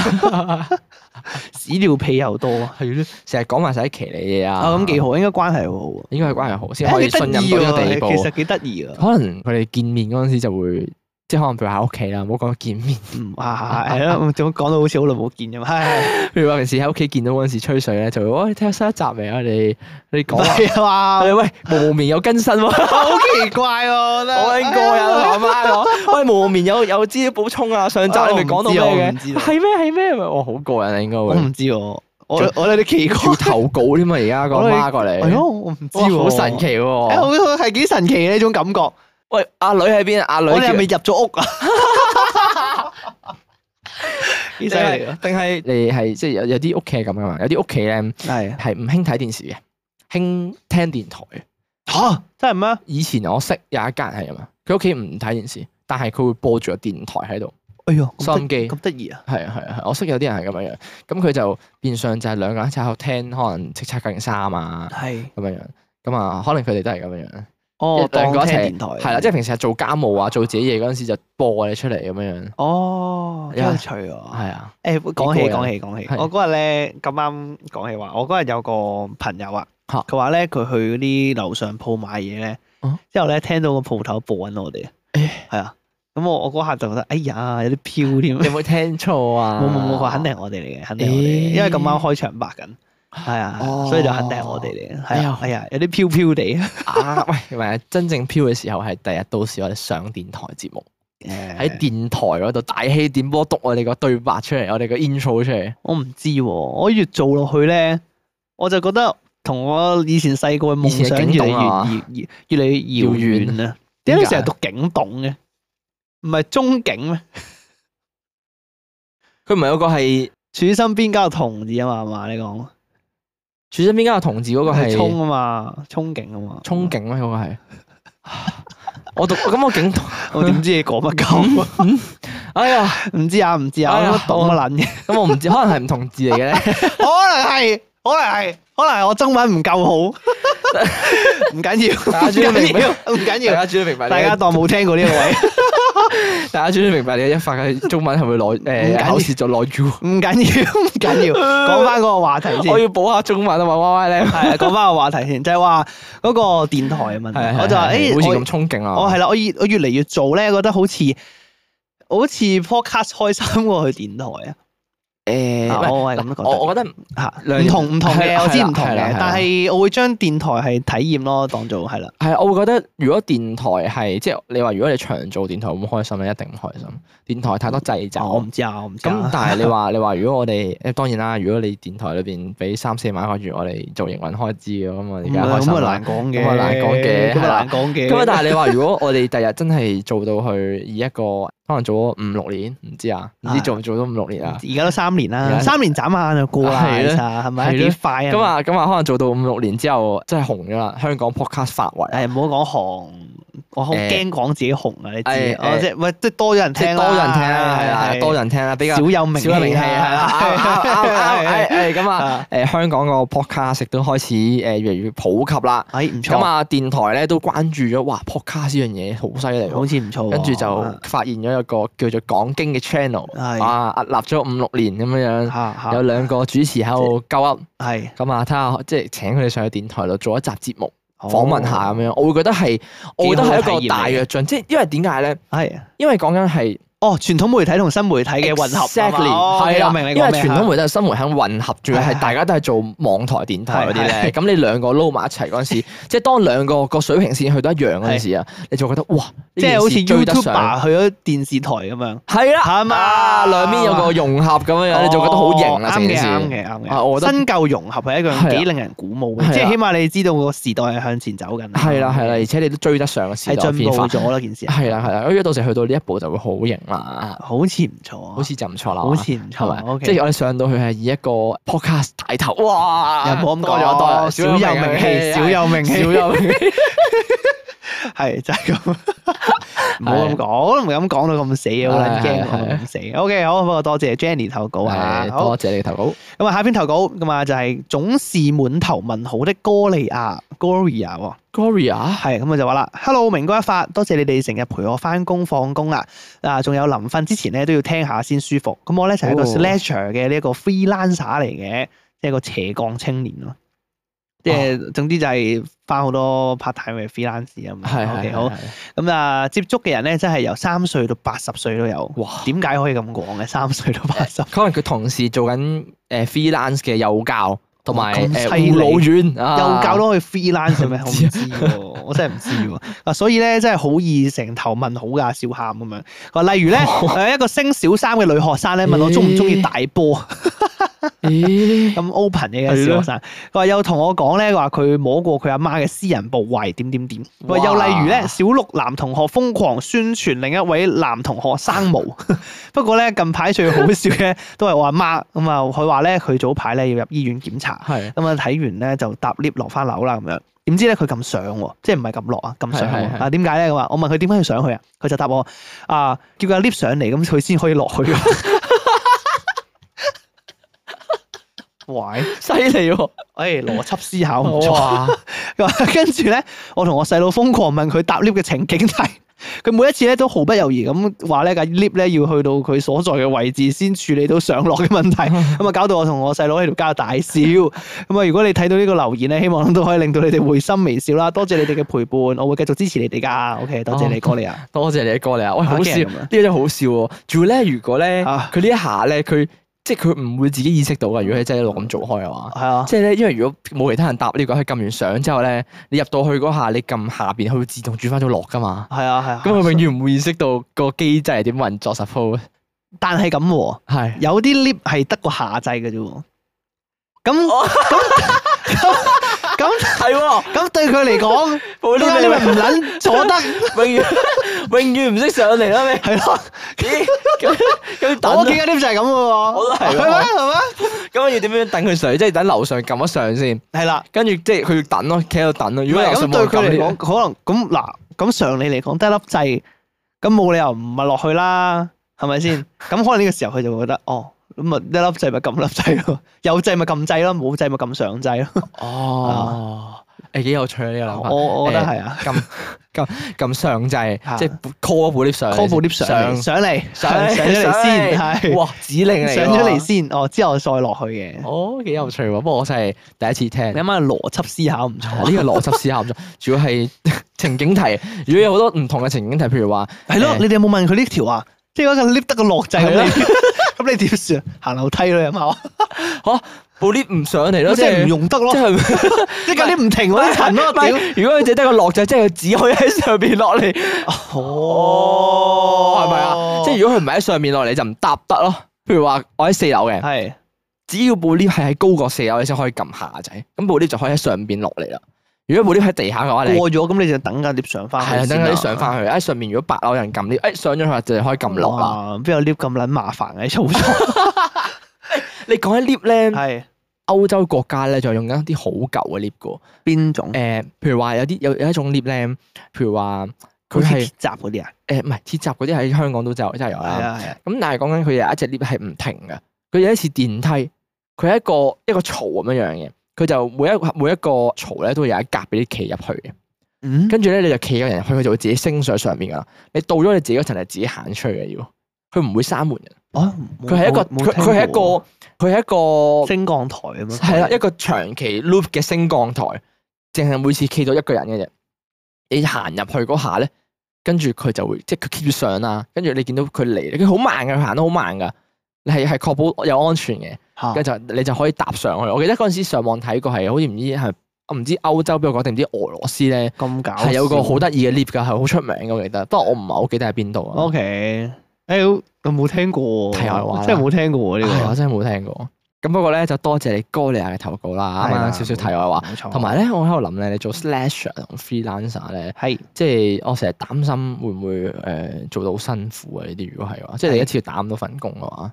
屎尿屁又多啊，
係咯，成日講埋晒啲騎呢嘢啊。
啊咁幾好，應該關係好好喎。
應該係關係好先
誒
可以
你得
信任到
意
呢個地步
喎，。其實幾得意啊！
可能佢哋見面嗰陣時就會，即係可能譬如喺屋企啦，唔好講見面，
嗯，啊 係咯，仲講到好似好耐冇見咁，係
譬如話平時喺屋企見到嗰陣時吹水咧，就會喂，睇下新一集未啊？你你講啊，
係 啊嘛，
喂喂，無無眠有更新喎，
好奇怪喎，我覺得
我應該啊，我媽講， 喂無無眠有有資料補充啊，上集你咪講到咩
我
嘅
唔知，我唔
係
知
咩係咩，我好過癮啊，應該
我
會
唔知喎，我我有啲奇怪，
要投稿添嘛，啊而家個
我哋
媽過嚟，
係咯，我唔知
哇
喎，
哎好神奇
誒，
喎。
好係幾神奇嘅呢種感覺。
喂，阿女喺邊啊？阿女
我哋係咪
叫
入咗 屋啊？
定
幾犀利
係
啊！
定係你係即係有有啲屋企係咁噶嘛？有啲屋企咧。
係
係唔興睇電視嘅，興聽電台。
嚇，真係咩？
以前我識有一家人係咁啊，佢屋企唔睇電視，但係佢會播住個電台喺度。
哎呦，咁得
心機
咁得意啊！
係啊係啊係，我識有啲人係咁樣樣，咁佢就變相就係兩個人一齊喺度聽，可能叱咤緊衫啊
係，
咁樣樣。咁啊，可能佢哋都係咁樣樣，
哦，
兩
當
個
聽
一齊
電台
係啦，即係平時係做家務啊，做自己嘢嗰陣時就播你出嚟咁樣樣，
哦，幾有趣喎。
係啊，
誒，講
過
起
癮
講起講起，
係
我嗰日咧咁啱講起話，我嗰日有個朋友啊，
嚇
佢話咧佢去嗰啲樓上鋪買嘢咧
啊，
之後咧聽到個鋪頭播緊我哋，
誒
係啊，咁我我嗰下就覺得哎呀有啲飄添，
你有
冇
冇聽錯啊？
冇冇，佢肯定係我哋嚟嘅，肯定係我哋嚟嘅，
咦
因為咁啱開場白緊，係啊，
哦
所以就肯定係我哋嚟嘅，
哎
係
呀
啊，哎呀有啲 飄飄地，
啊！喂，唔係真正飄嘅時候係第日到時我哋上電台節目。喺
誒
電台嗰度大氣電波督我哋個對白出嚟，我哋個 intro 出嚟。
我唔知喎，我越做落去咧，我就覺得同我以前細個嘅夢想
以
越
前嘅景棟啊
嚟越越越越嚟越遙遠啊！
點解
點解你成日讀景棟嘅？唔係中景咩？
佢唔係有個係
處心邊加個同字啊嘛，係嘛？你講
處身邊間個同字嗰個係
係衝啊嘛，憧憬啊嘛，
憧憬咩？嗰個係 我讀咁我景，
我點知你講乜 鳩？啊
哎呀，
唔知啊，唔知
哎呀
啊，我懂乜撚嘢？
咁我唔知，可能係唔同字嚟嘅咧。
可能係，可能係，可能係我中文唔夠好， 唔緊要，
大家終於明白
唔緊
大
要，
家終於明白，
啊大家當冇聽過呢個位。
大家終於明白你一發嘅中文係會攞
唔緊
誒
要
考試就攞 U。
唔緊要，唔緊要，講翻嗰個話題先
我。要補下中文啊嘛，Y Y 咧，
係啊，講翻個話題先，就係話嗰個電台嘅問題。我就話
啊好似咁
誒，
憧憬
我
啊。
我係啦，我越我越嚟越做咧，覺得好似好似 podcast 開心過去電台啊。
誒，
啊
唔係
我係咁覺
我
得
我覺得
嚇，
兩
唔同唔同
係
嘅，
啦
我知唔同
係啦係
嘅
啦，
但係我會將電台係體驗咯，當做係啦。
係，啊我會覺得如果電台係即係你話，如果你長做電台會唔會開心咧？一定唔開心。電台太多掣肘。
我唔知啊，我唔知
咁
啊。
但係你話你話如果我哋誒當然啦，如果你電台裏邊俾三四萬開住，我哋做營運開支嘅咁我哋而家開
咁
心
啊
啦
難。講嘅，
咁啊難講嘅
咁
係
啊
啦
難講嘅。
咁啊，但係你話如果我哋第日真係做到去以一個可能做咗五六年，唔知啊，唔知
係
做唔做到五六年啊？
而家都三年
而
啦，
家
三年眨眼就過啦，
係
其
啦
實係
係
咪
啦
幾快啊？
咁，啊咁啊，可能做到五六年之後真係紅咗啦，香港 podcast 發圍。
誒唔好講紅，我好
誒
驚講自己紅啊！
誒
你知，我
誒
即係喂，即係多咗人
即係
聽啦，
多人聽啦，係啦，
係
多人聽啦，比較
少有名氣啊
少有名氣係啦，啱 啱啱啱誒誒
係
咁啊誒香港個 podcast 亦都開始誒越嚟越普及啦。
誒哎唔
咁
錯，
啊，電台咧都關注咗，哇！podcast 呢樣嘢好犀利喎，
好似唔錯喎，啊
跟住就發現咗一個叫做講經嘅 channel，
係
啊，屹立咗五六年咁樣
嚇
樣，有
嚇
兩個主持喺度鳩噏，
係
咁啊，睇下即係請佢哋上去電台度做一集節目，
哦
訪問下咁樣，我會覺得係，我覺得係一個大躍進，即係因為點解咧？
係
因為講緊係。
哦，傳統媒體同新媒體嘅混合啊嘛
Exactly，
哦
係
OK，
啦
我明你
因為
講咩
傳統媒體同新媒體混合，仲要
係係
係大家都係做網台、電台嗰啲
係
咧。咁你兩個撈埋一齊 嗰陣時，即係當兩個個水平線去到一樣嗰陣時啊，你就會覺得哇，呢
即係好似
件事追得上，
YouTuber 去咗電視台咁樣，
係啦，
係嘛
啊兩邊有個融合咁樣樣，你就覺得好型啦，
哦
成
啱
件
嘅，
事。
啱嘅，啱
啊我覺
嘅。
得
新舊融合係一
係
樣
啊
幾令人鼓舞
係
嘅，
啊
即係起碼你知道個時代係向前走緊。
係啦係啦，而且你都追得上嘅時代
係進
變
步
化。
咗啦件事。啊
係啦係啦，因為到時去到呢一步就會好型啦，
好似唔錯啊，
好似就唔錯啦。
好似唔
係
錯啊
咪？
哦，OK，
即係我哋上到去係以一個 podcast 大頭，哇！
又冇
啊
咁
多咗多
講，
咗，
少有名氣，少有名氣，
少有名氣。
係就係 咁，唔好咁講，我都唔敢講到咁死啊，好撚驚
係係
講咁死。OK，好，啊不過多謝 Jenny 投稿啊，
係
好
多謝你嘅投稿。
咁啊，下篇投稿咁啊就係總是滿頭問號的哥利亞 Gloria 喎。
Gloria，
係咁佢就話啦，Hello 明哥一發，多謝你哋成日陪我翻工放工啦。啊，仲有臨瞓之前咧都要聽下先舒服。咁我咧就係、一個
哦
slasher 嘅呢一個 freelancer 嚟嘅，即係個斜槓青年
哦
咯。即係總之就係翻好多 part time 嘅 freelance 咁。
係
嗯 OK
係
好
好。
咁啊，接觸嘅人咧真係由三歲到八十歲都有。
哇！
點解可以咁講嘅？三歲到八十，
可能佢同事做緊誒 freelance 嘅幼教，同埋
哇咁
誒
犀
護
利
老院啊，
幼教都可以 freelance 嘅咩？我
唔
唔
知
知喎，我真係唔知喎。啊，所以咧真係好易成頭問好㗎，笑喊咁樣。話例如咧，
哦
誒一個升小三嘅女學生咧問我中唔中意大波啊
咦。
咁 open 嘅
係
小
咯
學生。佢話又同我講咧，話佢摸過佢阿媽嘅私人部位點點點。佢
哇
話又例如咧，小六男同學瘋狂宣傳另一位男同學生毛。 不過咧近排最好笑嘅都係我阿媽咁啊，佢話咧佢早排咧要入醫院檢查。
係
咁啊睇完咧就搭 lift 落翻樓啦咁樣。點知咧佢撳上喎，即係唔係撳落啊？撳上
係係
喎
係
啊？點解咧？佢話我問佢點解要上去啊？佢就答我啊，叫架 lift 上嚟咁佢先可以落去。 喂，
犀利喎！
誒邏輯思考唔錯。
哇！
佢話 跟住咧，我同我細佬瘋狂問佢搭 lift 嘅情景題。佢每一次咧都毫不猶豫咁話咧架 lift 咧要去到佢所在嘅位置先處理到上落嘅問 題，咁啊搞到我同我細佬喺條街度大笑。咁啊，如果你睇到呢個留言咧，希望都可以令到你哋會心微笑啦。多謝你哋嘅陪伴，我會繼續支持你哋噶。OK，多謝你
哦
哥你啊，
多謝你過嚟啊！喂，好
啊
笑，呢
驚人啊
個真係好笑喎！仲要咧，如果咧
啊
佢呢一下咧，佢即係佢唔會自己意識到嘅。如果佢真係一路咁做開嘅話。
係啊，
即係咧，因為如果冇其他人答呢個，佢撳完上之後咧，你入到去嗰下，你撳下邊，佢會自動轉翻咗落噶嘛。
係啊，係啊。
咁佢永遠唔會意識到個機制係點運作，suppose
但係咁喎，
係
有啲 lift 係得個下掣嘅啫喎。咁咁哦 咁咁
係喎，
咁對佢嚟講。
冇
點解你咪唔 撚坐得？
永遠 永遠唔識上嚟啦咩？
係咯，
咦咁咁等
我屋企
啊
嗰啲就係咁嘅喎，
我都係喎
係咩？係咩？
咁要點樣等佢上嚟？即係等樓上撳一上先，
係啦，
跟住即係佢要等咯，企喺度等咯。
如
如果
果係
樓上
咁對
冇
佢嚟
撳呢
講，可能咁嗱，咁常理嚟講得一粒掣，咁冇理由唔係落去啦，係咪先？咁可能呢個時候佢就會覺得，哦，咁咪一粒掣咪撳粒掣 咯，有掣咪撳掣咯，冇掣咪撳上掣咯。
個哦，誒幾有趣啊呢個諗法。
我我覺得係啊
誒，撳撳撳上
嚇
掣，即係 call 一部 lift 上嚟
，call 部 lift 上嚟
上
上嚟上上
上
咗嚟先，係
哇指令嚟㗎喎，
上咗嚟先，哦，之後再落去嘅。
哦，幾有趣喎！不過我真係第一次聽，
你
呢
啱啱邏輯思考唔錯。
個邏輯思考唔錯，主要係 情景題。如果有好多唔同嘅情景題，譬如話
係咯，
誒
你哋有冇問佢呢條啊？即係嗰個 lift 得個落掣咁
係咯
你，咁咁你點算？行樓梯咯，你諗下，
部 lift 唔上嚟咯，
即
即
係唔
係
用得咯
即，係
即係你唔停嗰啲 層咯，
唔係
屌！
如果佢淨係得個落就，即係佢只可以喺上邊落嚟，
哦
係咪啊？即係如果佢唔係喺上面落嚟，就唔搭得咯。譬如話我喺四樓嘅，
係
只要部 lift 係喺高過四樓，你先可以撳下掣，咁部 lift 就可以喺上邊落嚟啦。如果部 lift 喺地下嘅話，你
過咗，咁你就等緊 lift 上翻去
係啊
先
等
啦。
佢啲上翻去，喺上面如果八樓有人撳 lift，誒上咗去就可以撳落啊啦。
哇，邊有 lift 咁撚麻煩嘅操作？
你講起 lift 咧，
係
歐洲國家咧就用緊啲好舊嘅 lift 嘅喎。
邊種？
誒，譬如話有啲有有一種 lift 咧，譬如話佢
佢
係
係閘嗰啲啊？
誒唔係鐵閘嗰啲喺香港都真係真係有
係
啦。
啊係啊，
咁但係講緊佢有一隻 lift 係唔停嘅，佢有一次電梯，佢係一個一個槽咁樣樣嘅，佢就每一每一個槽咧都會有一格俾你企入去嘅，
嗯，
跟住咧你就企個人入去，佢就會自己升上上面噶啦。你到咗你自己嗰層，你自己行出去嘅要，佢唔會閂門嘅。
哦，冇
佢係一個
冇
佢佢係一個
冇
佢係一個
聽過升降台咁樣。
係啦，一個長期 loop 嘅升降台，淨係每次企到一個人嘅啫。你行入去嗰下咧，跟住佢就會即係佢 keep 住上啦。跟住你見到佢嚟，佢好慢嘅，佢行得好慢噶。你係係確保有安全嘅，
嚇
跟住就你就可以搭上去。我記得嗰陣時上網睇過係，好似唔知係唔知歐洲邊個國定唔知俄羅斯咧，
咁搞
係有個
笑
好得意嘅 lift 㗎，係好出名嘅。我記得，不過我唔係好記得喺邊度啊。
O K，誒，我哎冇聽過喎，
題外話啦
真係冇聽過喎呢
唉我
個，
真係冇啊聽過。咁不過咧，就多謝你哥利亞嘅投稿啦。
係
啱
啊
啱少少題外話。
冇錯。
同埋咧，我喺度諗咧，你做 slasher 同 freelancer 咧，
係
即係我成日擔心會唔會誒、呃做到好辛苦啊？呢啲如果係嘅話，即係你一次要打咁多份工嘅話，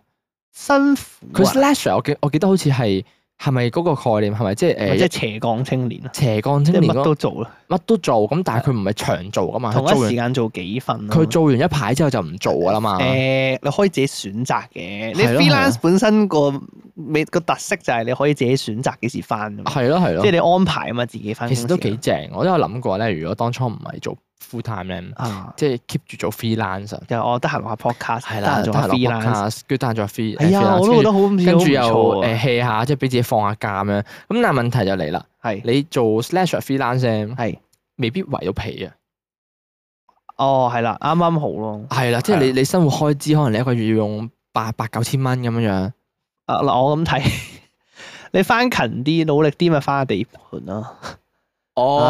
辛苦
佢
啊，
slasher 我記我記得好似係係咪嗰個概念係咪即係誒、
或
呃
者斜槓青年啊，
斜槓
即
青
係
年
乜
嗰
都做啦，
乜都做咁，但係佢唔係長做噶嘛，
同
佢做
一
完
時間做幾份啊。
佢做完一排之後就唔做噶啦嘛。
誒，你可以自己選擇嘅。你
係咯係咯
freelance 本身個美個特色就係你可以自己選擇幾時翻，即
係咯係
係
咯，
你安排啊嘛，自己翻
其
公
實
司啊。
都幾正。我都有諗過咧，如果當初唔係做 full time 咧，
啊！
即係 keep 住做 freelancer，
就我得閒落下 podcast，
係
得
啦，都
閒做
係
下
落哎
freelance。
podcast，跟住得閒做下 free，
係啊，
freelance，
我都覺得好似
跟
好
住又
唔錯
誒 hea 下，即係俾自己放下假咁樣。咁但係問題就嚟啦，
啊。係
你做 slash freelance 呢
係
未必圍到皮啊。
哦，係啦，啱啱好咯。
係啦，即係
係
你
啊
你生活開支可能你一個月要用八八九千蚊咁樣樣。
啊嗱，我咁睇，你翻勤啲，努力啲咪翻地盤咯。
哦
啊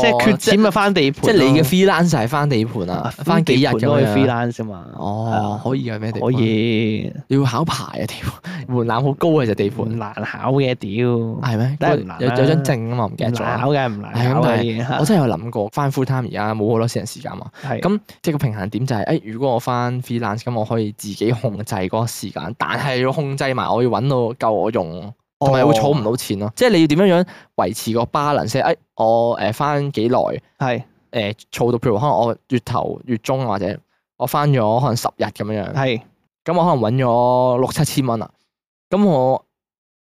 即係缺錢咪翻地盤
即
咯。
係你嘅 freelance 係翻地盤啊，翻幾日咁
都可以
樣。
freelance 啫嘛。
哦，可以啊，咩地
可
盤？
以，
你要考牌啊，地盤門檻好高嘅就地盤
唔，難考嘅屌。
係咩？
梗係唔難啦
有有張證啊嘛，唔記得
唔
咗
難
啦。
考嘅，唔
係
難
咁
考嘅
但
嘢。
我真係有諗過翻 full time 而家冇好多私人時間嘛。
係
咁即係個平衡點就係、誒、如果我翻 freelance，咁我可以自己控制嗰個時間，但係要控制埋我要揾到夠我用，同埋會儲唔到錢咯。即係你要點樣樣維持個 balance？誒、我誒翻幾耐？誒、
係
儲到譬如可能我月頭、月中或者我翻咗可能十日咁樣樣，
係
咁我可能揾咗六七千蚊啦。咁我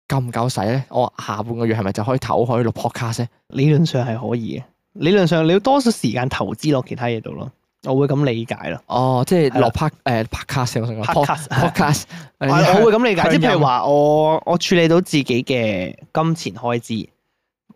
夠唔夠使咧？我下半個月係咪就可以唞可以錄 podcast 咧？
理論上係可以嘅。理論上你要多數時間投資落其他嘢度咯，我會咁理解咯。
哦，即係
係啦
落 pod 誒 podcast 我想講 pod-
Podcast
podcast，
我我會咁 理解，
向
即係
音
譬如話我我處理到自己嘅金錢開支，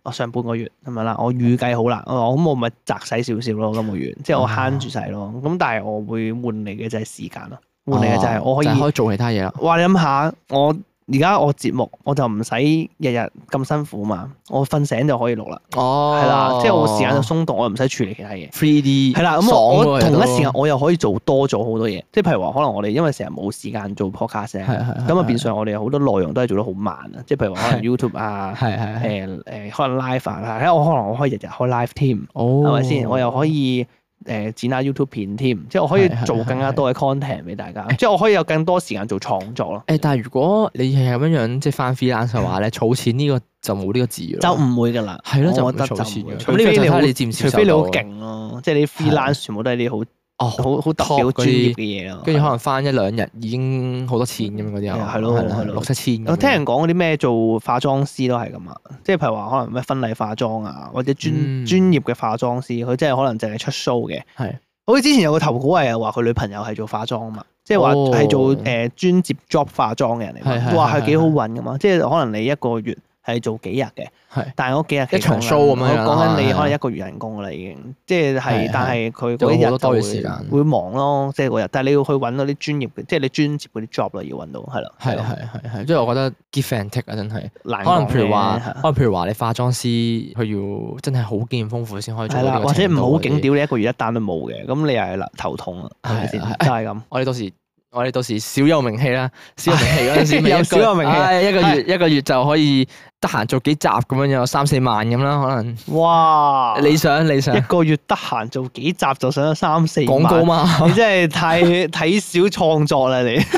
我上半個月咁樣啦，我預計好啦，我咁我咪擲使少少咯，今個月即係我慳住使咯。咁但係我會換嚟嘅就係時間啦，換嚟嘅就係我可
哦就係
以
可以做其他嘢啦。
哇！你諗下，我而家我節目我就唔使日日咁辛苦嘛，我瞓醒就可以錄啦，
哦
係啦，即係我時間就鬆動，我又唔使處理其他嘢。
three D
係啦，咁我我同一時間我又可以做多咗好多嘢，即係譬如話，可能我哋因為成日冇時間做 podcast
係
咧，
係
咁啊變相我哋有好多內容都係做得好慢啊，即係譬如話可能
係
YouTube 啊，
係係係
誒誒可能 live 啊，睇我可能我可以日日開 live 添，
哦，
係咪先？我又可以誒剪下 YouTube 片添，即係我可以
係係
做更加多嘅 content 俾大家，即係我可以有更多時間做創作咯。
誒，但係如果你係咁樣樣即係翻 freelance 嘅 話咧，儲錢呢個就冇呢個字㗎
就
啦。
唔會㗎啦，
係咯就唔
我
會
覺得
儲
就
錢
唔會，
嘅
除
咁呢個
非
就
你
睇
好
下你接唔接
除非你
受
好
到
勁咯，即係你 freelance 全部都係啲好
哦，
好好特別好
top 嗰啲
專業嘅嘢咯。
跟住可能翻一兩日已經好多錢咁樣嗰啲啊，
係咯
係啦
係咯
六七千咁樣。
我聽人講嗰啲咩做化妝師都係咁啊，即係譬如話可能咩婚禮化妝啊，或者專
嗯
專業嘅化妝師，佢真係可能淨係出 show 嘅。
係
好似之前有個投稿係話佢女朋友係做化妝啊嘛，即係話
哦
係做誒專接 job 化妝嘅人嚟
係係
嘛，話
係
係幾好揾噶嘛，即係可能你一個月係做幾日嘅。
係
但係嗰幾日
一場
其實
show
我
咁樣樣啦
講緊你
係
可能一個月人工㗎啦，已經即係係
係，
但係佢
有
嗰
好
一日
多
就
多餘
會
時間
會忙咯，即係嗰日。但係你要去揾嗰啲專業嘅，即係你專接嗰啲 job 啦，要揾到係啦，
係
咯
係係係，即係我覺得 give and take 啊，真係。
難
可能譬如話，
講嘅係
可能譬如話你化妝師，佢要真係好經驗豐富先可以做
係
到呢
啦，
個
或者唔
程度
好
嗰
景
啲。
屌你一個月一單都冇嘅，咁你又係啦頭痛啊，係咪先？
係
就
係
係咁。
我哋到時我哋到時小有名氣 啦，小有名氣嗰陣時咪一個，
有小有名 氣啊
唉一個月一個月就可以得閒做幾集咁樣，有三四萬咁啦，可能
哇！
理想理想
啊一個月得閒做幾集就上咗三四
廣告
萬
嘛，
你真係太睇 小創作啦！你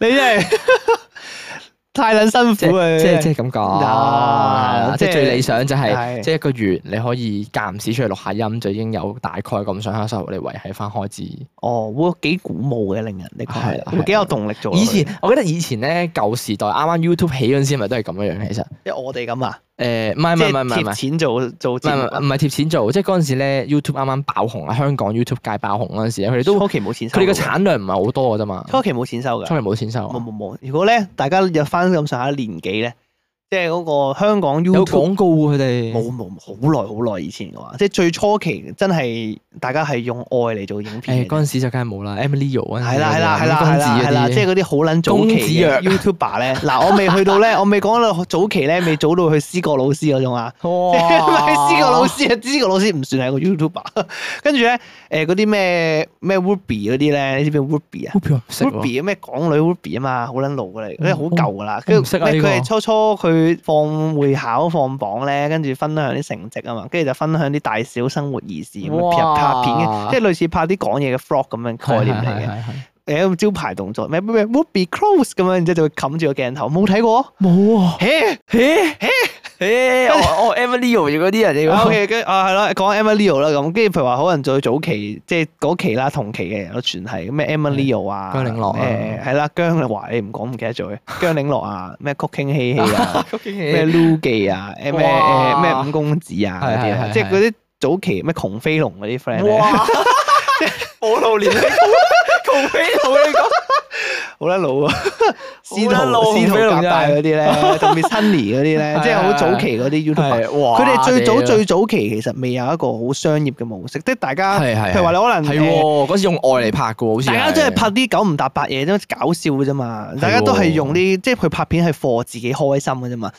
你真係 太撚
即
辛苦啊！
即
係
即咁
啊
講，即係
即係
最理想就係
係
即係一個月你可以間唔時出去錄下音，就已經有大概咁上下收入嚟維係翻開支。
哦，會幾鼓舞嘅，令人的確
係啊
係會幾有動力做落去。
以前我記得以前咧舊時代啱啱 YouTube 起嗰陣時，咪都係咁樣樣其實。
即係我哋咁啊，
誒唔係唔
即
係
係
唔係唔係唔
貼
係。
錢做做
唔係
節
唔
目
係
啊
唔係貼錢做，即係嗰陣時咧 YouTube 啱啱爆紅啊，香港 YouTube 界爆紅嗰陣時咧，佢哋都
初期冇錢收
佢
嘅，
哋個產量唔係好多嘅啫嘛，
初期冇錢收㗎
初。期冇錢收
冇
啊，
冇冇！如果咧，大家有翻咁上下年紀咧，即係嗰個香港 YouTube
有廣告喎佢哋，
冇冇冇好耐好耐以前嘅話，即係最初期真係大家係用愛嚟做影
誒
片嘅
嗰陣時就梗係冇啦，Emilio 嗰陣啊時
係啦係啦係啦係啦係啦，即係嗰啲好撚早
公子
期
藥
嘅 YouTuber 咧，嗱我未去到咧， 我未講到早期咧，未早到去思覺老師嗰種啊， 即係咪思覺老師啊？思覺老師唔算係個 YouTuber，跟住咧誒嗰啲咩咩 Ruby 嗰啲咧，你知唔知 Ruby 啊？
股唔識喎嗯
Ruby 咩港女 Ruby 啊嘛，好撚老噶啦，佢好舊噶啦，
我
跟
唔識
住
啊呢
咩
個
佢係初初佢放會考放榜咧，跟住分享啲成績啊嘛，跟住就分享啲大小生活儀事咁樣
哇
拍拍片嘅，即係類似拍啲講嘢嘅 vlog 咁樣概念嚟嘅，
係係係係
誒咁招牌動作咩咩咩 Ruby close 咁樣，然之後就會冚住個鏡頭，冇睇過？
冇啊，
嘿
誒誒
哦
我我 Emilio 嗰啲人嚟嘅，
Ờ,，OK，跟住啊係啦，講 Emma Leo 啦咁，跟住譬如話可能最早期即係嗰期啦，同期嘅人都全係咩 Emma Leo à, 啊，
姜嶺樂啊
誒係啦，姜麗華你唔講唔記得咗嘅，姜嶺樂啊，咩曲傾希 希啊，
咩
咩 à, Lu à, 記啊，誒咩
哇
誒咩五公子啊嗰
係
啲
係係
啊，即係嗰啲早期咩窮飛龍嗰啲 friend 咧，
哇，冇露臉 啊，窮飛佬你講。
好撚老啊，司徒
好撚老
司徒
飛龍真係
夾帶嗰啲 咧，同 Miss Honey 嗰啲咧，即係好早期嗰啲 YouTube。
係哇！
佢哋最早
你啊
最早期其實未有一個好商業嘅模式，即係大家
係係
譬如話你可能
係
誒
喎，嗰時用愛嚟拍嘅喎，好似啊
大家真係拍啲九唔搭八嘢，都搞笑嘅啫嘛。大家都係用啲即係佢拍片係 for 自己開心嘅啫嘛。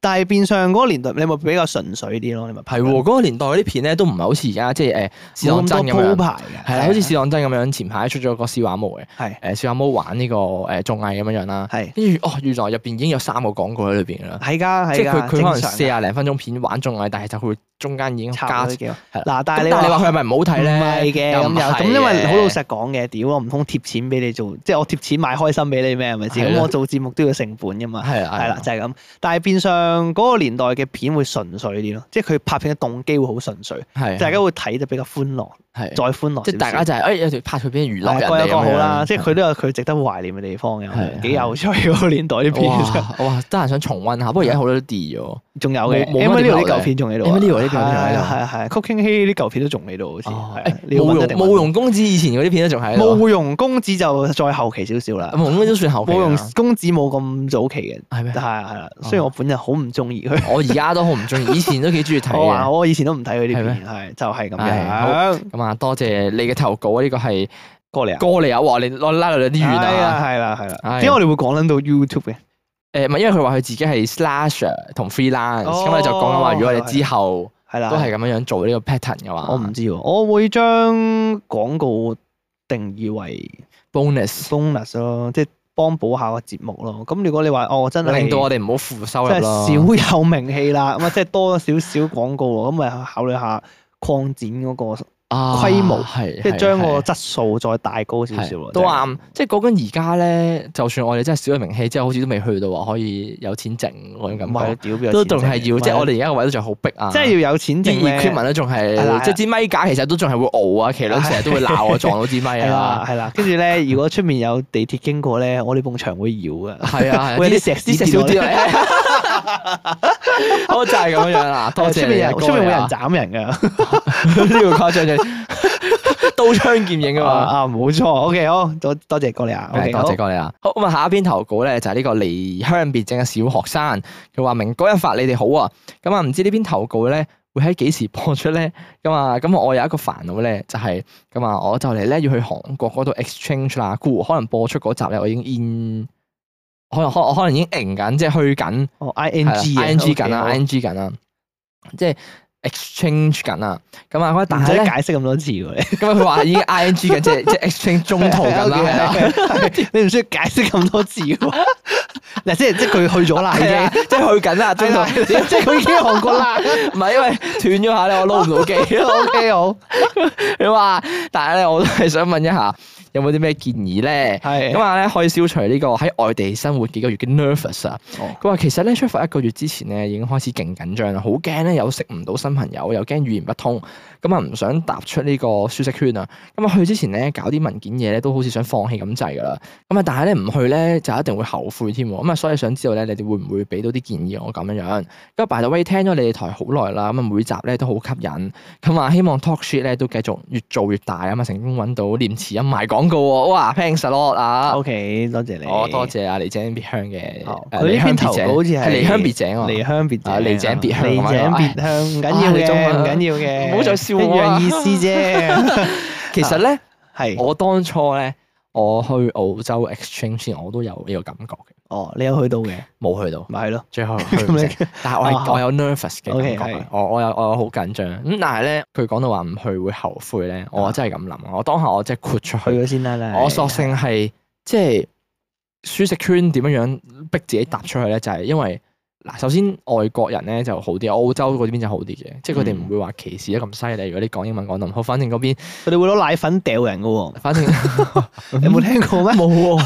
但係變相嗰個年代，你咪比較純粹啲咯，你咪拍嗯
係喎，嗰個年代嗰啲片咧都唔係好似而家即係誒試當
冇咁
真咁
多鋪
樣，
排嘅，
係啦，好似試當真咁樣，前排出咗個試畫毛嘅，
係
誒試畫毛玩呢個誒綜藝咁樣樣啦，
係
跟住哦原來入邊已經有三個廣告喺裏邊㗎啦，
係㗎，係
即係佢
㗎，
佢可能
正常
四廿零分鐘片玩綜藝，但係就佢中間已經加
插咗
咁
幾個
係啦
嗱，但
但
係
係
你
你話佢係咪唔好睇咧？
唔係嘅，咁
唔係
又咁，因為
嘅
好老實講嘅，屌我唔通貼錢俾你做，即係我貼錢買開心俾你咩？係咪
係
先？
啦
咁我做節目都要成本㗎嘛。
係啊啦
係啦，就係咁。但係變相嗰個年代嘅片會純粹啲咯，即係佢拍片嘅動機會好純粹，
係
大家會睇得比較歡樂，
係
再歡樂少少。
即係大家就係誒有條拍佢片娛樂人
各有
哋
各好
咁樣
啦，即係佢都有佢值得懷念嘅地方
係
嘅，幾有趣嗰個年代啲片，
哇哇，得閒想重温下，不過而家好多都 delete 咗。
仲有嘅。
冇冇乜點
Emily
留低
啲舊片仲喺度啊
Emily 啲舊片仲喺度
係係係曲傾希啲舊片都仲喺度，好似
哦誒
係啊你要
慕
搵
容
一定搵
慕容公子以前嗰啲片都仲喺度啊，
慕容公子就再後期少少啦。
慕容公子都算後期
慕容
啦，
公子冇咁早期嘅，
係咩哦
係？啊係啦。雖然我本人好唔中意佢，
我而家都好唔中意，以前都幾中意 睇
我話
嘅。
我以前都唔睇佢啲
係
片，係就係咁
係好
樣。
咁啊，多謝你嘅投稿啊！呢個係
過嚟啊！
哥利亞，哇！你攞拉到有啲遠
係
啊！
係啦係
哎呀
啦。點解我哋會講撚到 YouTube 嘅？
誒，唔係因為佢話佢自己係 slasher 同 freelance，
哦
咁啊我哋就講緊話，如果你之後
係啦，
都係咁樣樣做呢個 pattern 嘅話，
我唔知喎，我會將廣告定義為
bonus
bonus 咯，即係幫補下個節目咯。咁如果你話哦，我真係
令到我哋唔好負收入
真
咯。
係少有名氣啦，咁啊即係多咗少少廣告喎，咁咪考慮下擴展嗰、個，
啊
規模
係
即係將
係
個質素再大高少
係
少咯。
都
即係
啱。即係講緊而家咧，就算我哋真係少咗名氣，即係好似都未去到話可以有錢剩嗰種感
唔係
覺，
屌邊有
都
錢
仲係
剩
要，即係
唔
我哋而家個位都仲係好逼啊。
即係要有錢剩
啲
咧。
equipment 啊都仲
係啦
係，即係支咪架其實都仲係會熬啊，麒麟成日都會鬧我撞到支咪
係啦
啊。
係啦，跟住咧，如果出面有地鐵經過咧，我哋埲牆會搖嘅。
係啊，係啊
會有啲石
啲石
屎跌
少
落嚟
啲嚟。 好就係咁樣樣啦，多謝
出
你
面
啊
有出面會有人
哥
斬人㗎。
你啊呢個誇張嘅，到刀槍劍影啊嘛。
啊，冇錯。OK，好多多謝哥利亞。
係
OK，
多
好
謝各位啊！好咁啊，下一篇投稿咧就係呢個離鄉別井嘅小學生，佢話明哥一發你哋好啊！咁啊，唔知呢篇投稿咧會喺幾時播出咧？咁啊，咁我有一個煩惱咧，就係咁啊，我就嚟咧要去韓國嗰度 exchange 啦，故可能播出嗰集咧我已經 in，可能可能可能已經 in 緊，即係去緊
哦，ing 啊
i n g 緊啦
，OK，好
，ing 緊啦，即係 exchange 緊啦。咁啊，但
唔使
係咧，
解釋咁多次喎，
咁啊佢話已經 ing 緊，即係即係 exchange 中途 緊 啦，係啦。啊
你你唔需要解釋咁多次喎。 嗱，即係即係佢去咗啦，已
係啊，
經。
即係去緊啦，中
係
途
啦 即係佢已經韓國啦。
唔係因為斷咗下咧，我撈唔 到機。
OK，好，
你話，但係咧，我都係想問一下，有冇啲咩建議咧？
係
咁啊咧，可以消除呢個喺外地生活幾個月嘅 nervous 啊。
哦
佢話其實咧出發一個月之前咧已經開始勁緊張啦，好驚咧有識唔到新朋友，又驚語言不通，咁啊唔想踏出呢個舒適圈啊。咁啊去之前咧搞啲文件嘢咧都好似想放棄咁滯噶啦。咁啊但係咧唔去咧就一定會後悔添喎。咁啊所以想知道咧你哋會唔會俾到啲建議我咁樣樣？咁啊 by the way 聽咗你哋台好耐啦，咁啊每集咧都好吸引，咁啊希望 talk shit 咧都繼續越做越大啊嘛，成功揾到廉恥音賣廣告喎，哇 thanks a lot 啊！
，OK，多謝你。
哦，多。謝啊，離井別鄉嘅，
哦
誒
佢呢
離鄉
篇
別
投
井
稿好似係
離鄉別井啊，
離鄉別井，
啊離井別鄉
離井別鄉唔緊要
唉你中
嘅，
文
唔
啊
緊要嘅，
唔好再笑我啊
一樣意思 啫。
其實
啊
咧，
係，
我當初咧，我去澳洲 exchange 先，我都有呢個感覺嘅，
哦，你有去到嘅，
冇去 到，
咪係咯。
最後去唔
咁
成
你
但係我
啊
係我有 nervous 嘅感
OK，
覺
係
啊，我我有我有好緊張。咁但係咧，佢講到話唔去會後悔咧，
啊
我真係咁諗。啊我當下我真係啊豁出
去
去，
咗先啦，你
我索性係即係舒適圈點樣樣逼自己踏出去咧，就係因為。嗱，首先外國人咧就好啲，啊澳洲嗰邊就好啲嘅，即係佢哋唔會話歧視得啊咁犀利。如果你講英文講得唔好，反正嗰 邊
佢哋會攞奶粉掉人嘅喎，
反正
你有冇聽過咩？
冇喎，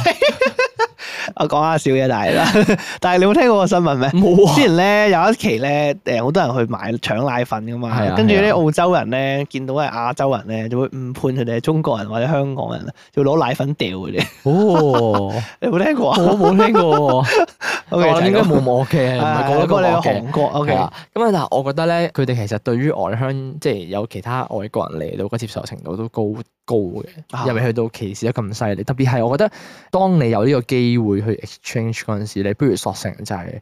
我講下笑嘅，但係 啦，但係你有冇聽過個新聞咩？
冇
之前咧有一期咧，誒好多人去買搶奶粉噶
係
嘛
啊，
跟住
係
咧
啊
澳洲人咧見到係亞洲人咧，就會誤判佢哋係中國人或者香港人，就會攞奶粉掉 佢哋。
哦，
你有冇聽過啊
我冇聽過喎， 我
OK，就係咁 À,
應該冇我嘅，唔係個個
你
都我
去
嘅。
韓國
係
OK，
啦，咁啊，但係我覺得咧，佢哋其實對於外鄉，即係有其他外國人嚟到嘅接受程度都高高嘅
啊，
又未去到歧視得咁犀利。特別係我覺得，當你有呢個機會去 exchange 嗰陣時，你不如索性就係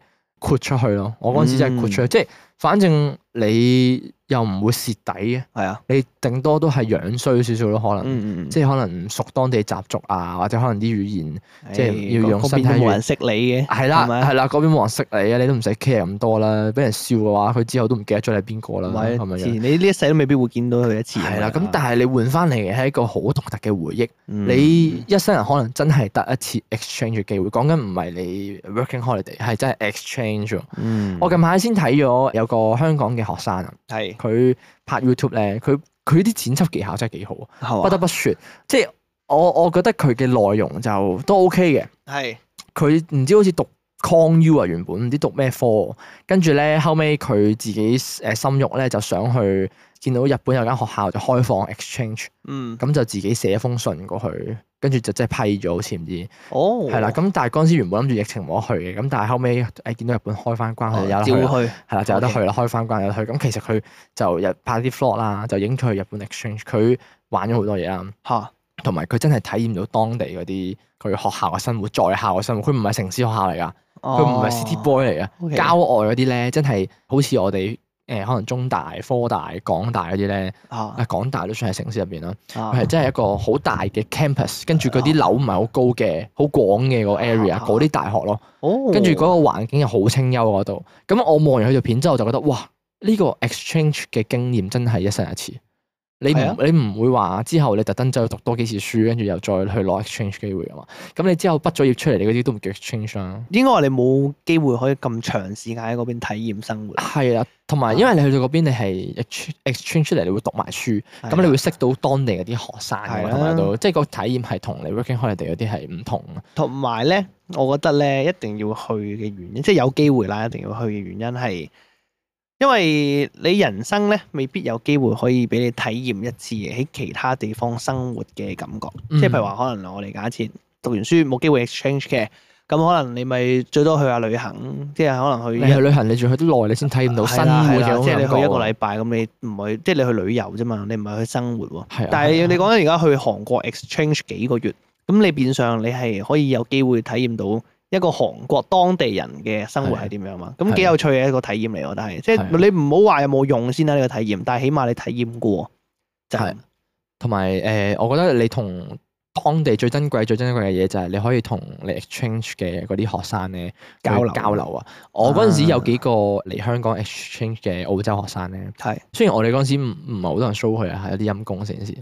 豁出去咯。我嗰陣時真係豁出
嗯
去，即係反正你又唔會蝕底嘅，
係啊，
你頂多都係樣衰少少咯，可能。
嗯嗯，
即係可能唔熟當地習俗啊，或者可能啲語言即係要
唉
用
嗰
身
邊
體
都
語
冇人識你嘅，
係啦
係咪
係啦，嗰邊冇人識你啊，你都唔使 care 咁多啦。俾人笑嘅話，佢之後都唔記得咗你係邊個啦，
咪
係咪
自
樣？
然你呢一世都未必會見到佢一次。
係啦，咁但係你換翻嚟嘅係一個好獨特嘅回憶。
啊嗯
你一生人可能真係得一次 exchange 嘅機會，講緊唔係你 working holiday，係真係 exchange 喎。
嗯
我近排先睇咗有個香港嘅學生啊，
係
佢拍 YouTube 咧，佢佢啲剪輯技巧真係幾好啊。
係
不
嘛
得不說，即係我我覺得佢嘅內容就都 OK 嘅。
係
佢唔知好似讀 con u 啊，原本唔知讀咩科，跟住咧後尾佢自己誒心慾咧就想去見到日本有間學校就開放 exchange，
嗯
咁就自己寫封信過去，跟住就即係批咗，好似唔知
哦
係啦。咁但係嗰陣時原本諗住疫情冇得去嘅，咁但係後尾誒見到日本開翻關，佢就啊有
啊照
得去啦。
去
係啦，就有得
哦 OK
去啦，開翻關有得去。咁其實佢就日拍啲 vlog 啦，就影佢去日本 exchange，佢玩咗好多嘢啦。
嚇
同埋佢真係體驗到當地嗰啲佢學校嘅生活，在校嘅生活。佢唔係城市學校嚟㗎，佢唔係 city boy 嚟㗎。
哦 OK
郊外嗰啲咧，真係好似我哋誒、呃可能中大、科大、港大嗰啲咧，啊
嚇
港大都算係城市入邊啦。佢
係
係真係一個好大嘅 campus，跟住嗰啲樓唔係好高嘅，好廣嘅個 area，
啊
嗰啲大學咯。
哦
跟住嗰個環境又好清幽嗰度。咁我望完佢條片之後，就覺得哇！呢、個 exchange 嘅經驗真係一生一次。你唔、
係啊
你唔會話之後你特登走去讀多幾次書，跟住又再去攞 exchange 機會啊嘛。咁你之後畢咗業出嚟，你嗰啲都唔叫 exchange 啦。
應該話你冇機會可以咁長時間喺嗰邊體驗生活，
係啦，同
啊
埋因為你去到嗰邊，你係 ex- exchange 出嚟，你會讀埋書，咁你會識到當地嗰啲學生啊
係
嘛，
啊
同埋都即係個體驗係同你 working holiday 嗰啲係唔同。啊
同埋咧，我覺得咧一定要去嘅原因，即係有機會啦，一定要去嘅原因係，因為你人生咧未必有機會可以俾你體驗一次喺其他地
嗯
方生活嘅感覺，即係譬如話可能我哋假設讀完書冇機會 exchange 嘅，咁可能你咪最多去下旅行，即係可能去
你去旅行，你仲要去得耐，你先體驗到生
係
活嘅
啦係啦
嗰種
即係你去一個
感覺啊
禮拜咁，你唔去，即係你去旅遊啫嘛，你唔係去生活喎。
喎。係啊
但係你
係啊
講緊而家去韓國 exchange 幾個月，咁你變相你係可以有機會體驗到一個韓國當地人嘅生活係點樣嘛？
係
咁
啊
幾有趣嘅一個體驗嚟喎，但係即
係啊
係你唔好話有冇用先啦呢個體驗，但係起碼你體驗過就係
係同埋誒，我覺得你同當地最珍貴、最珍貴嘅嘢就係你可以同你 exchange 嘅嗰啲學生咧
交流
交流啊！我嗰陣時有幾個嚟香港 exchange 嘅澳洲學生咧，
係
雖然我哋嗰陣時唔唔係好多人 show 佢啊，係有啲陰功成件事。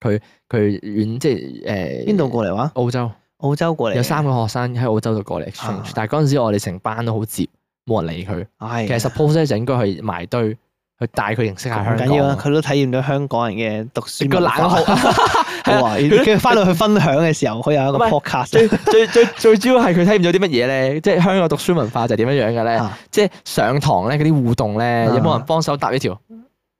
佢佢遠即係誒
邊度過嚟話？
澳洲
澳洲過嚟
有三個學生喺澳洲度過嚟
啊
exchange，但係嗰陣時我哋成班都好接，冇人理佢。
唉
其實 suppose 咧就應該去埋堆去帶佢認識下
唔
香
緊要啊，
港。
佢都體驗到香港人嘅讀書
個
文
冷
化
酷，
好 啊！跟住翻到去分享嘅時候，佢有一個
唔係
podcast
最 最最最主要係佢睇唔到啲乜嘢咧， 即係香港讀書文化就係點樣樣嘅咧？
啊
即係上堂咧嗰啲互動咧，
啊
有冇人幫手答呢條？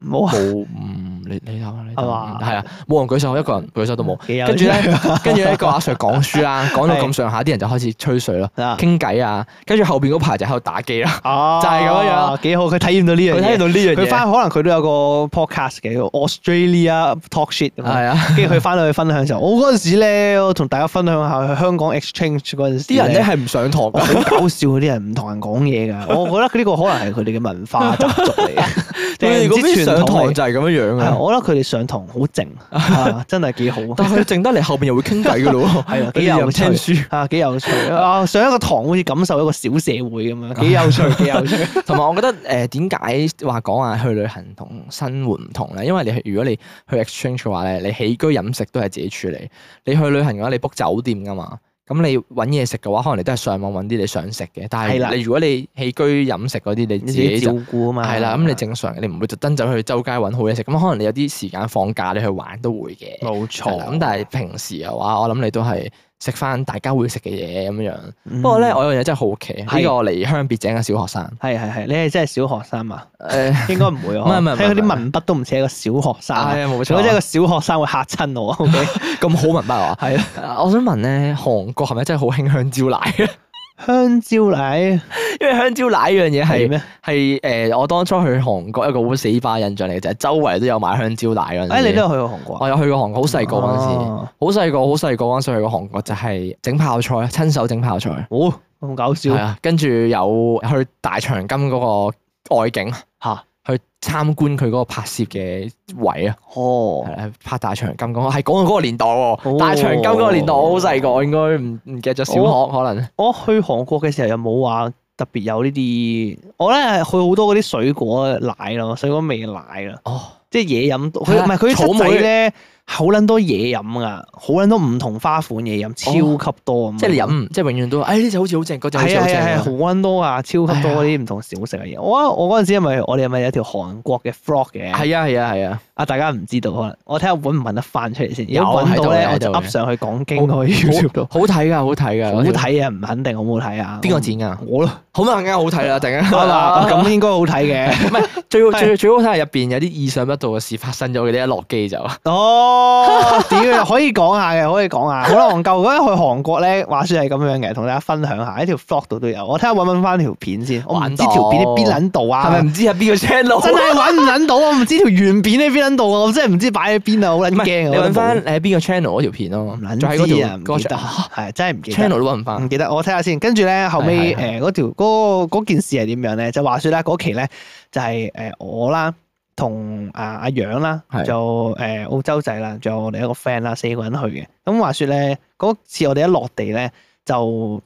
冇啊，
冇，嗯，你你答啊，你答
係
啊
嘛，啊
係啊，冇人舉手，一個人舉手都冇。
幾有
跟住
趣
咧， 跟住咧個阿 Sir 講書 啦，講到咁上下，啲人就開始吹水啦，
啊，
傾偈啊，跟住後邊嗰排就喺度打機啦。
哦
就係咁樣樣，
幾 好。佢體驗到呢樣
佢
嘢
睇。到呢樣嘢，
佢翻可能佢都有個 podcast 嘅叫 Australia Talk Shit 咁樣
係啊。
跟住佢翻到去分享嘅時候，我嗰陣時咧，我同大家分享下去香港 exchange 嗰陣時
啲人咧。係唔上堂
我
㗎，
好搞笑嗰啲人唔同人講 嘢㗎，我覺得呢個可能係佢哋嘅文化習俗嚟嘅，
佢哋嗰
定唔知
邊
傳
上
統
堂
嚟
就係咁樣樣
係
啊。
我覺得佢哋上堂好靜，啊真係幾好。
但係佢靜得嚟後邊又會傾偈㗎咯 喎，
係啊
佢
幾
哋又
有
唔
趣
聽書。
啊，幾有趣啊！上一個堂好似感受一個小社會咁樣，幾 有趣，幾有趣。
同埋我覺得誒點解話講話去旅行同生活唔同咧？因為你去如果你去 exchange 嘅話咧，你起居飲食都係自己處理。你去旅行嘅話，你 book 酒店噶嘛，咁你揾嘢食嘅話，可能你都係上網揾啲你想食嘅。但
係啦
係你如果你起居飲食嗰啲，你
你
自
自己
己
照
就
顧啊嘛，
係啦。咁你正常，你唔會特登走去周街揾好嘢食。咁可能你有啲時間放假，你去玩都會嘅。
冇
係
錯。
啦咁但係平時嘅話，我諗你都係食翻大家會食嘅嘢咁樣。
嗯
不過咧，我有樣嘢真係好奇，呢
係
個離鄉別井嘅小學生，
係係係，你係真係小學生啊？
誒。
應該唔會啊！
唔係 唔係唔係
睇佢啲文筆都唔似一個小學生啊。
係啊，冇
如果
錯，
真
即
係
係
個小學生會嚇 親我，OK？
咁好文筆啊！
係啊，
我想問咧，韓國係咪真係好興香蕉奶？
香蕉奶
因為香蕉奶呢樣嘢
係
係
咩？
係誒，我當初去韓國一個好死巴印象嚟嘅，就係周圍都有賣香蕉奶嗰陣
哎，
時。
你都有去過韓國啊？
我有去過韓國，好細個嗰陣時，
哦
好細個好細個嗰陣時去過韓國就係整泡菜，親手整泡菜。
哦，咁搞笑
係啊，跟住有去大長今嗰個外景
嚇！
去參觀佢嗰個拍攝嘅位啊。
哦，
係啦拍大長今嗰個係講到嗰個年代
哦
喎，大長今嗰個年代我好細個，我應該唔唔記得咗小學可能。
我去韓國嘅時候又冇話特別有呢啲，我咧係去好多嗰啲水果奶咯，水果味奶啦，
哦，
即係嘢飲。佢
係啊
唔係佢
草
啲
莓
仔咧，好撚多嘢飲噶，好撚多唔同花款嘢飲，超級多咁樣。
哦即係你飲，即係永遠都，哎誒呢隻好似好正，嗰隻好
係
似
啊
好
係
正
啊係啊，
啊。
好
哎
撚多啊，超級多嗰啲唔同小食嘅嘢。我我嗰陣時係咪我哋係咪有條韓國嘅 frog 嘅？
係啊係啊係啊，
啊，大家唔知道可能，我睇下揾唔揾得翻出嚟先。
有
如果揾到咧，我
喺度
就
嘅
up 上去講經去
好
YouTube 度。
好睇㗎，好睇㗎，
好
嗰條
睇啊，唔肯定好唔好睇啊？
邊個剪㗎？
我咯，
好啊，梗係好睇啦，突然間
係嘛？
咁
咁應該好睇
啊
嘅。
最好
係
最最好睇係入邊有啲意想不到嘅事發生咗嘅，你一落機就
哦，屌，可以講下嘅，可以講 下。好啦，戇鳩嗰陣去韓國咧，話説係咁樣嘅，同大家分享下喺條 vlog 度都有。我睇下揾唔揾翻條片先，我唔知條片喺邊撚度啊？
係咪唔知係邊個 channel？
真係揾唔撚到，我唔知條原片喺邊撚度啊！我真係唔知擺喺邊啊，好撚
唔係
驚
你
啊！我都
揾翻
冇
你喺邊個 channel 嗰條片咯
唔，
就喺
撚
嗰
知
條
啊，唔
嗰
記得
條
啊，係真係唔記
channel
得。
都揾唔翻。
唔記得，我睇下先。跟住咧，後尾
係係
誒嗰條嗰個嗰件事係點樣咧？就話説咧，嗰期咧就係誒我啦，同啊阿楊啦，
係
就誒澳洲仔啦，仲有我哋一個 friend 啦，四個人去嘅。咁話説咧，嗰次我哋一落地咧，就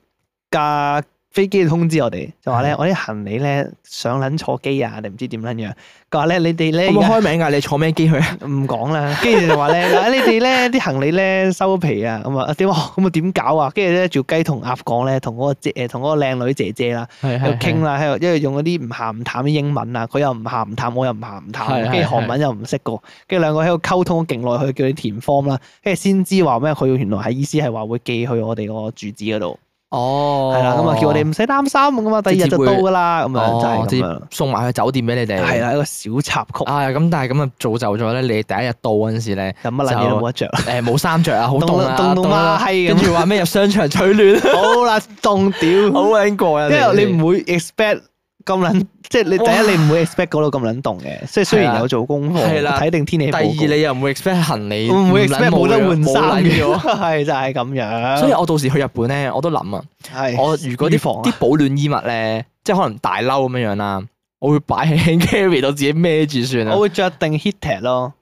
架飛機通知我哋，就話咧
係
我啲行李咧上撚錯機啊，定唔知點撚樣？佢話咧你哋咧
我
而
冇
家
開名㗎，你坐咩機去啊？
唔講啦，跟住就話咧， 嗱你哋咧啲行李咧收皮啊，咁啊點啊 咁啊點搞啊？跟住咧仲要雞同鴨講咧，同嗰個姐誒同嗰個靚女姐姐啦，
係
喺度傾啦，喺度因為用嗰啲唔鹹唔淡啲英文啊，佢又唔鹹唔淡，我又唔鹹唔淡，
係
跟住
係
韓文又唔識個，跟住兩個喺度溝通勁耐，佢叫你填 form 啦，跟住先知話咩，佢原來係意思係話會寄去我哋個住址嗰度，
哦，
係啦，咁啊叫我哋唔使擔心咁啊，第二日就到噶啦，咁樣就
哦
係
直
咁
接
樣，
送埋去酒店俾你哋。
係啦，一個小插曲，
啊，咁但係咁啊造就咗咧，你第一日到嗰陣時 咧，
咁乜撚嘢都冇得着，
誒冇衫着啊，好凍啊，
凍到
凍啊
孖閪咁
跟住話咩入商場取暖，
好啦，凍 屌
好，撚過 啊！
因為你
唔
唔會 expect 咁撚， 即係你第
哇
一你唔會 expect 嗰度咁撚凍嘅，即係雖
係
然
啦
有做功
係
課，
啦
睇定天氣
第
報
二
告，
你又唔會 expect 行李，
唔會
撚
expect 冇得換
冇
衫
撚
嘅，
咗
係就係咁樣，
所以我到時去日本咧，我都諗啊，
係
我如果啲
預防啊
啲保暖衣物咧，即係可能大褸咁樣樣啦，我會擺喺 hand carry 到自己孭住算啦
我。會着定 heater 咯，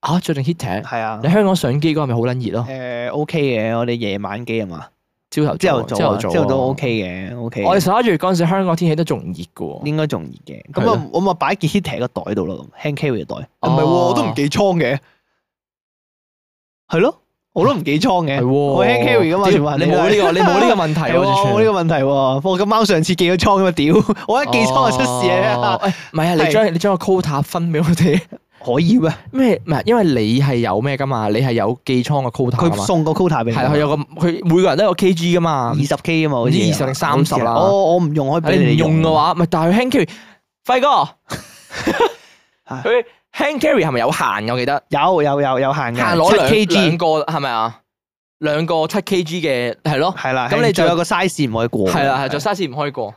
啊，着定 heater，
係啊
你。香港上機嗰個係咪好撚熱咯？
誒 OK 嘅，我哋夜晚機啊嘛，
朝頭
朝頭
早，
早啊朝頭
啊
早 OK 嘅，OK 嘅。
我哋十一月嗰陣時，香港天氣都仲熱嘅喎。
應該仲熱嘅。
係
咁
咯
啊，我咪擺件 heater 個袋度咯，hand carry 嘅袋。啊
哦
唔係喎，我都唔記倉嘅。係咯，我都唔記倉嘅。
係喎，
我 hand carry 噶嘛，
屌
全部人
你
都
冇呢 個，你冇呢個問題喎，
係喎，我
完
冇
全
呢個問題喎。我咁啱上次記咗倉咁啊屌！我一記倉就出事
哦
啊！
誒唔係啊，你
係
將你將個 quota 分俾我哋
可以咩？
咩？唔係，因為你係有咩噶嘛？你係有寄倉嘅 quota 噶
佢
嘛？
送個 quota 俾
係
你。
啦，佢有個佢每個人都有 KG 噶嘛
二。十 K 啊嘛，
唔
好似啊哦
知20定30啦
我我唔用，啊可以俾
你唔用嘅
話，
話，咪但係佢 hand carry，輝 哥，
係
佢 hand carry 係咪有限嘅？我記得
有有有有限嘅，
限攞兩
七
兩
kg
個係咪啊？兩個七 KG 嘅係咯，
係啦。
咁你就
仲有個 size 唔可以過。
係啦係，就 size 唔可以過，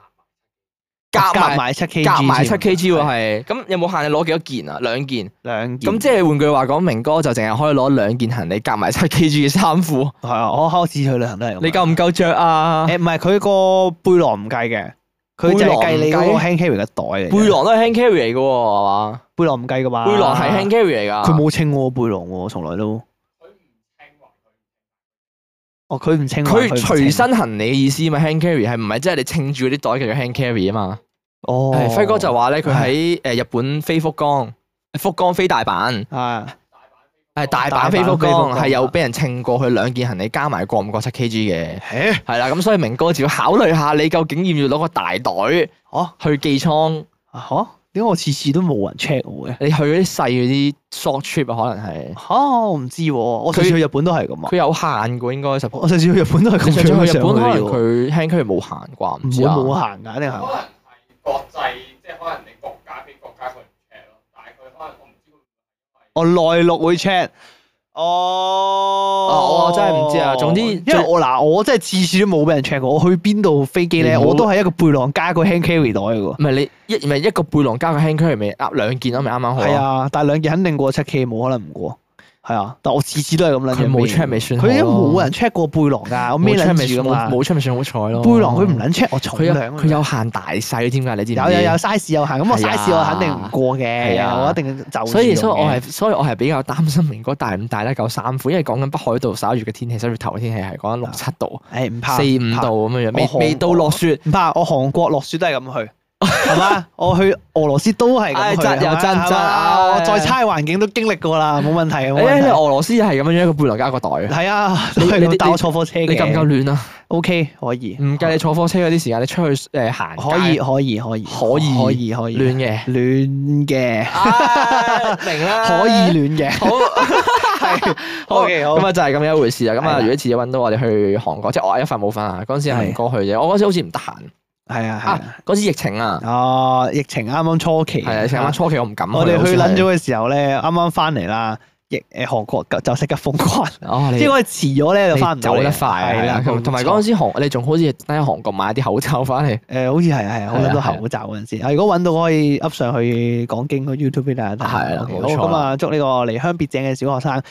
夾
哦夾
埋
埋七 kg，
夾埋七 KG
添
喎係。咁有冇限你攞幾多件啊？兩件。
兩件。
咁即係換句話講，明哥就淨係可以攞兩件行李夾埋七 KG 嘅衫褲，
係啊，我開始去旅行都係咁。
你夠唔夠着啊？
誒唔係佢個背囊唔計嘅，佢就係計你
背
嗰個
囊唔
hand carry 嘅袋嚟嘅。
背囊都係 hand carry 嚟嘅喎，係嘛？
背囊唔計噶嘛？
背囊係啊 hand carry 嚟㗎。
啊佢冇稱我背囊喎，從來都。哦，佢唔稱還
佢
唔稱
隨身行李嘅意思嘛，hand carry 係唔係即係你稱住嗰啲袋叫做 hand carry 啊嘛？
哦，
係輝哥就話咧，佢喺誒日本飛福岡，福岡飛大阪，
啊，
係大阪
大阪
飛福
飛福
岡
岡
係有俾人稱過佢兩件行李加埋過唔過七 KG 嘅，
誒，
係啦。咁所以明哥就要考慮下，你究竟要唔要攞個大袋
哦，
去寄倉？
啊嚇，點解我次次都冇人 check 我嘅？
你去嗰啲細嗰啲 short trip 啊，可能係
嚇，我唔知喎，我上次去日本都係咁啊
佢，有限嘅應該十。
我上次去日本都係
你上
咁
次
樣
去日本可
上
能
去嘅喎
佢 hand carry 冇限啩，唔
唔
知
會
啊。
冇行㗎，一定
可能
行。
係國際，即係可能你國家俾國家佢唔 check 咯，但係佢可能我唔知會唔
我內陸會 check。哦
我真係唔知啊總之
因為我嗱，我真係次次都冇俾人 check 過。我去邊度飛機
你
咧，
冇
我都係一個背囊加一個 hand carry 袋嘅喎。
唔係你一唔係一個背囊加個 hand carry 咪啱兩件咯，咪啱啱好。
係，啊，但係兩件肯定過七 K，冇可能唔過。係啊，但我次次都係咁撚樣
佢冇
孭
check 咪算好咯
佢都冇人 check 過背囊㗎，我孭
冇 check 咪
撚住㗎
算
嘛。
冇冇 check 咪算好彩咯。
背囊佢唔撚 check 我重
佢有
量
佢
啊。
有限大細添㗎，你知唔知？
有有有 size 有限，咁我
係啊
size 我肯定唔過
係啊
嘅，我一定就
所以所以我
係
係所以我係比較擔心明哥帶唔帶得夠衫褲，因為講緊北海道十一月嘅天氣，十一月頭嘅天氣係講緊六七度、
誒唔啊怕
四五度咁樣樣，
我
未
韓
未到落雪。
唔怕，我韓國落雪都係 咁去，係嘛？我去俄羅斯都係
唉
咁去，
真又
係嘛
真
係嘛啊
真唉
我再差環境都經歷過啦，冇問題冇
誒，
問
俄羅斯係咁樣樣一個背囊加一個袋
題。，係啊，
你
都係
你
咁但
你
我坐火車
你夠唔夠嗯
嘅
暖啊？
，OK 可以，
唔計你坐火車嗰啲時間，你出去誒行街
可以可以可以
可以
可以可以
暖 嘅。
暖嘅，
明啦
可以 暖嘅，
好。
係 OK 好
咁。啊，就係咁樣一回事啦。咁
係
啊，
啦
如果遲啲揾到我哋去韓國，即係我一份冇份啊。嗰陣時係唔過去啫，我嗰陣時好似唔得閒
係啊
啊
係啊。
嗰陣時疫情啊，
哦，疫情啱啱初期，
係啊，疫情啱初期我唔敢
我哋去撚
好似係
咗嘅時候咧，啱啱翻嚟啦，疫誒韓國就就即刻封關。
哦，你
即係我哋遲咗咧就翻唔
你
到
走
嚟
得快啊
係
係啦
啦。。
同同埋嗰陣時韓，你仲好似喺韓國買啲口罩翻嚟。
誒，好似係係，我
係啊
諗
係
到
啊
口罩嗰陣時。啊，如果揾到可以 up 上去講經個 YouTube 俾大家睇。
係啦
OK，
冇
好
錯啦
咁啊，祝呢個離鄉別井嘅小學生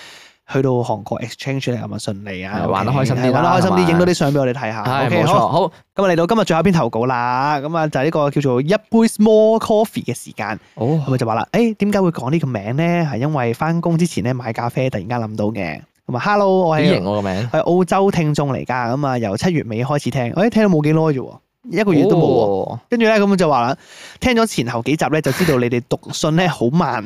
去到韓國 exchange 咧咁啊順利
係
啊，
玩得開心啲啦
OK，玩得開
係
心
嘛
啲，影到啲相俾我哋睇下。
係
啊 OK，
冇錯，
好。
好
咁啊嚟到今日最後一篇投稿啦，咁啊就係呢個叫做一杯 small coffee 嘅時間。咁
哦
佢就話啦，誒點解會講呢個名咧？係因為翻工之前咧買咖啡突然間諗到嘅。咁啊，hello，我
好
係
型我個名。
係澳洲聽眾嚟㗎，咁啊由七月尾開始聽，誒聽到冇幾耐啫喎，一個月都冇喎。
冇，
跟住咧咁就話啦，聽咗前後幾集咧就知道你哋讀信咧好慢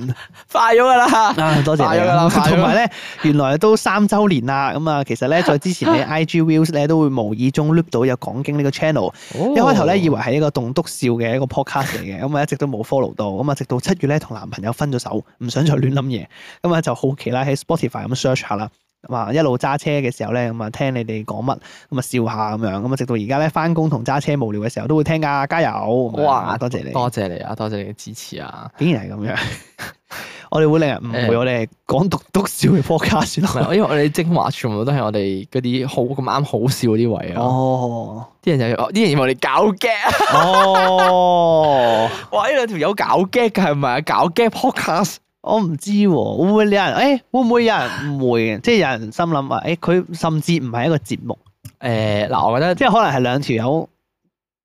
快咗㗎啦。
啊，多謝你
快 咗啦
同埋咧原來都三週年啦，咁啊其實咧在之前 你 IG Reels 咧都會無意中 loop 到有講經呢個 channel，一哦開
哦
頭咧以為係一個棟篤笑嘅一個 podcast 嚟 嘅，咁啊一直都冇 follow 到，咁啊直到七月咧同男朋友分咗手，唔想再亂諗嘢，咁啊就好奇啦喺 Spotify 咁 search 下啦，咁啊一路揸車嘅時候咧，咁啊聽你哋講乜，咁啊笑下咁樣，咁啊直到而家咧翻工同揸車無聊嘅時候都會聽㗎，加油！咁樣啊
哇！
多謝你，
多謝你啊，多謝你嘅支持啊！
竟然係咁樣，我哋會令人誤會我哋係講讀讀笑嘅 podcast
唔係
咯。
因為我哋精華全部都係我哋嗰啲好咁啱好笑嗰啲位啊！
哦
啲人就哦啲人以為我哋搞 gag，啊
哦，
哇！呢兩條友搞 gag 㗎係咪啊？搞 gag podcast
我唔知喎，會唔會有人？誒、會唔會有人誤會 嘅？即係有人心諗話，誒、佢甚至唔係一個節目，
誒嗱，我覺得
即係可能係兩條友，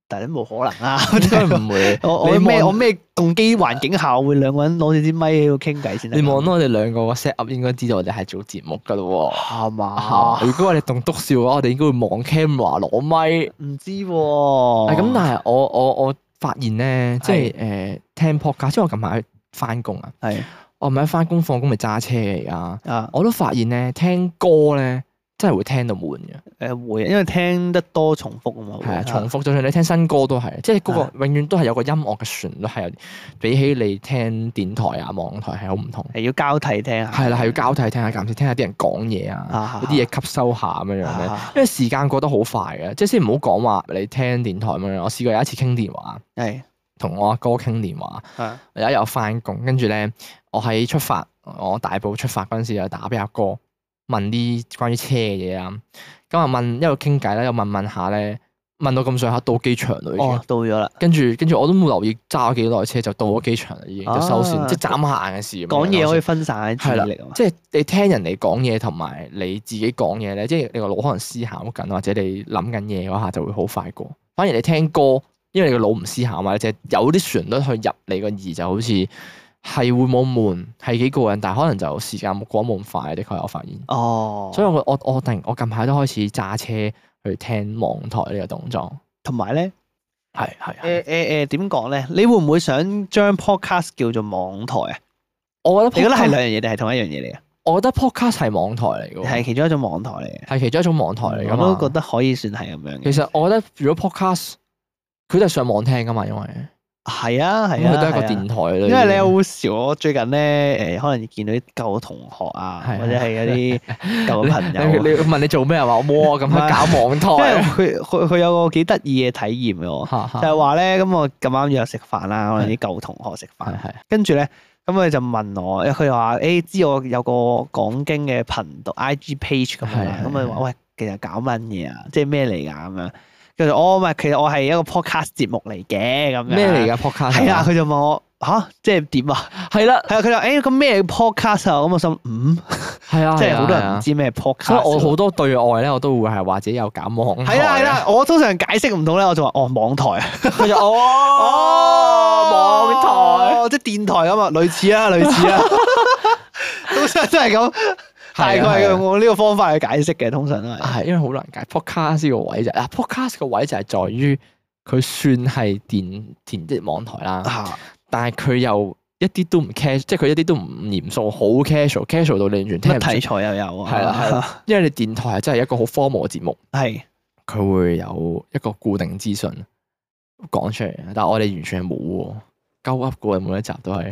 但係都冇可能啦。。
應該唔會
我我
你
咩
望
我咩動機環境下會兩個人攞住支咪喺度傾偈先得㗎？啊
你望到我哋兩個個 set up 應該知道我哋係做節目㗎咯
係
喎。
嘛
啊？如果我哋棟篤笑嘅話，我哋應該會望 camera 攞咪。
唔知喎。
啊咁，
係
但係我我我發現咧，即係誒聽 podcast，因為我近排翻工啊，
係
我唔係翻工放工咪揸車嘅而家，
啊
我都發現咧聽歌咧真係會聽到悶嘅，
誒會，因為聽得多重複啊嘛。
係啊
會
重複，就算你聽新歌都係，即係嗰個永遠都係有個音樂嘅旋律係有，比起你聽電台啊網台係好唔同。
係要交替聽下。
係啦，係要交替聽下，間接聽下啲人講嘢啊，
啊
有啲嘢吸收下咁樣樣咧。
啊
因為時間過得好快嘅，即係先唔好講話你聽電台咁樣樣。我試過有一次傾電話，
係
同我阿哥傾電話，
啊
有一日我翻工，跟住咧我喺出發，我大埔出發嗰陣時就打俾阿哥問啲關於車嘅嘢啊。咁啊問一路傾偈咧，又問問下咧，問到咁上下到機場啦已經。
哦到咗啦，
跟住跟住我都冇留意揸咗幾耐車就到咗機場啦，已經就收線，
啊
即係眨下眼嘅事咁樣。
講嘢
收線
可以分散注
係啦
意力啊嘛。
即係你聽人哋講嘢同埋你自己講嘢咧，即係你個腦可能思考緊或者你諗緊嘢嗰下就會好快過。反而你聽歌，因為你個腦唔思考嘛，你就係有啲旋律去入你個耳，就好似係會冇悶，係幾過癮，但係可能就時間過得冇咁快。的確有發現，
哦，
所以我我我突然我近排都開始揸車去聽網台呢個動作，
同埋咧，
係係
誒誒誒呃點講咧？你會唔會想將 podcast 叫做網台啊？
我
你
覺
覺
得
得係
podcast-
兩樣嘢定係同一樣嘢嚟啊？
我覺得 podcast 係網台嚟嘅
係
喎，
其中一種網台嚟嘅，
哦係其中一種網台嚟㗎嘛。
我都覺得可以算係咁樣
其
嘅。
實我覺得如果 podcast 佢都係上網聽噶嘛，因為
係啊
咁
係
佢
啊，
都係一個
係啊
電台嚟。
因為你有好少，我最近咧誒，可能見到啲舊同學啊，
係啊
或者係嗰 啲舊朋友啊。
你啊你問你做咩啊？話哇咁
唔係
去搞網
因為
台
佢佢佢有個幾得意嘅體驗嘅喎，
啊，
就係話咧，咁我咁啱約食飯啦，可能啲舊同學食飯
係，係
跟住咧，咁佢就問我，因為佢話誒知我有個講經嘅頻道 IG page 咁樣啦，啊
係係
咁佢話喂，其實搞乜嘢啊？即係咩嚟㗎咁樣？跟住我哦唔係，其實我係一個 podcast 節目嚟嘅咁樣。
咩嚟㗎
㗎？
啊 podcast？
係啊啦，，佢就問我吓，即係點啊？
係啦，
係啊，佢就誒咁咩 podcast 啊？咁我心諗嗯，
係啊，
即係好多
係
人
啊
唔。知咩 podcast
所以
喎。
我好多對外咧，我都會係話自己有搞網台。
係啦係啦，，我通常解釋唔到咧，我就話哦網台啊。
佢 就哦網台，
哦，即係電台咁啊，類似啊，類似 啊，通常都係咁，大概係用我呢個方法去解釋嘅，通常都係。
啊係因為啊好難解 podcast 呢個位就係啊 podcast 個位就係在於佢算係電電即係網台啦。
啊，
但係佢又一啲都唔 casual，即係佢一啲都唔嚴肅，好 casual，casual 到你完全聽
乜
唔
題
出。
材又有啊？
係 啦係
啦，
因為你電台係真係一個好荒謬嘅節目，
係
佢會有一個固定資訊講出嚟，但係我哋完全係冇喎，鳩噏過嘅每一集都係。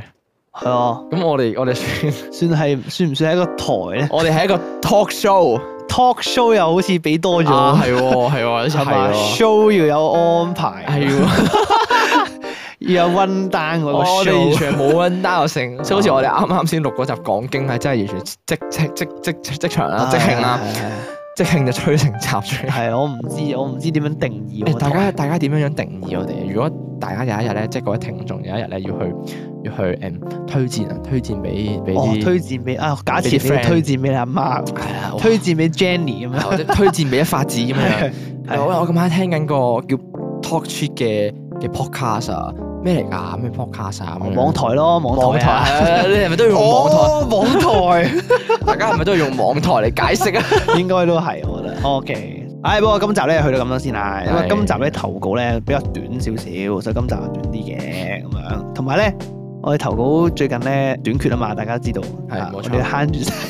係啊，
咁我哋我哋算
算係算唔算係一個台咧
我哋係一個 talk show
？Talk show 又好似俾多咗，
啊，係喎係 喎，
係
係
嘛
喎
？Show 要有安排，
係喎， 哦
要有 run down 嗰個
我哋完
show。
全係冇温單個 性，即係好似我哋啱啱先錄嗰集講經係真係完全即即即即即即場啊啦，即興啦，
係，係
即興就吹成集出嚟。
係係我唔知，我唔知點樣定義
誒，
喎。
大家
台
大家點樣樣定義我哋？如果大家有一日咧，即係各位聽眾有一日咧，要去要去誒、嗯推薦啊，推薦俾俾
哦
啲
推薦俾啊，假設
俾啲
你
friend
推薦俾你阿媽，
係啦，我
推薦俾 Jenny 咁樣。
或 者推薦俾一發子咁樣。啊
係
喂，我近排聽緊個叫 Talk Shit 嘅嘅 podcast 啊，咩嚟㗎？咩 podcast 啊？咁樣
網台咯，網
網
台
台，
啊。
係啊 你係咪都要用網台？
哦，網 台
大家係咪都要用網台嚟解釋 啊？
應該都係，我覺得。OK，唉，不過今集咧去到咁多先啦，因為
係
今集咧投稿咧比較短少少，所以今集係短啲嘅咁樣。同埋咧，我哋投稿最近咧短缺啊嘛，大家知道，
係
啊
冇
我
錯
哋慳住晒，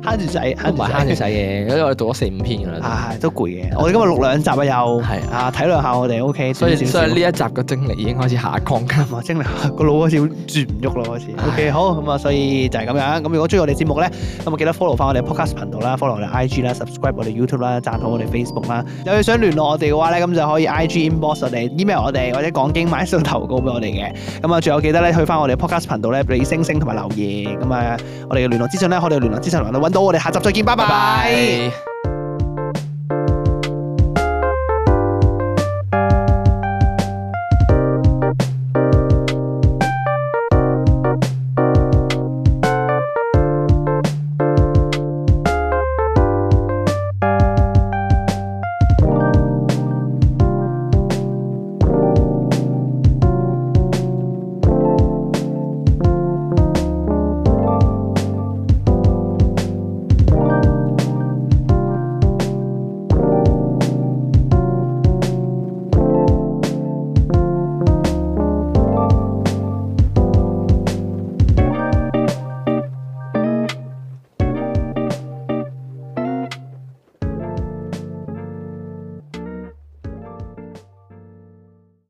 慳住仔，慳
唔係慳
住
住
仔。
使嘅，因為我哋讀咗四五篇㗎啦，
啊，都攰嘅。我哋今日錄兩集啊，又
係
啊，體諒下我哋，OK
所
短
以
少
所
少。
以呢一集嘅精力已經開始下降緊。
哇！精靈 個腦開始轉唔喐咯，開始。
唉
OK，好咁啊，所以就係咁樣。咁如果中意我哋節目咧，咁啊記得 follow 翻我哋 podcast 頻道啦，follow 我哋 IG 啦，subscribe 我哋 YouTube 啦，讚好我哋 Facebook 啦。有嘢想聯絡我哋嘅話咧，咁就可以 IG inbox 我哋，email 我哋，或者講經買數投稿俾我哋嘅。咁啊，仲有記得咧去翻我哋 podcast 頻道咧俾星星同埋留言。咁啊，我哋嘅聯絡資訊咧，我哋嘅聯絡資訊欄度揾到。我哋下集再見，拜拜。
拜拜。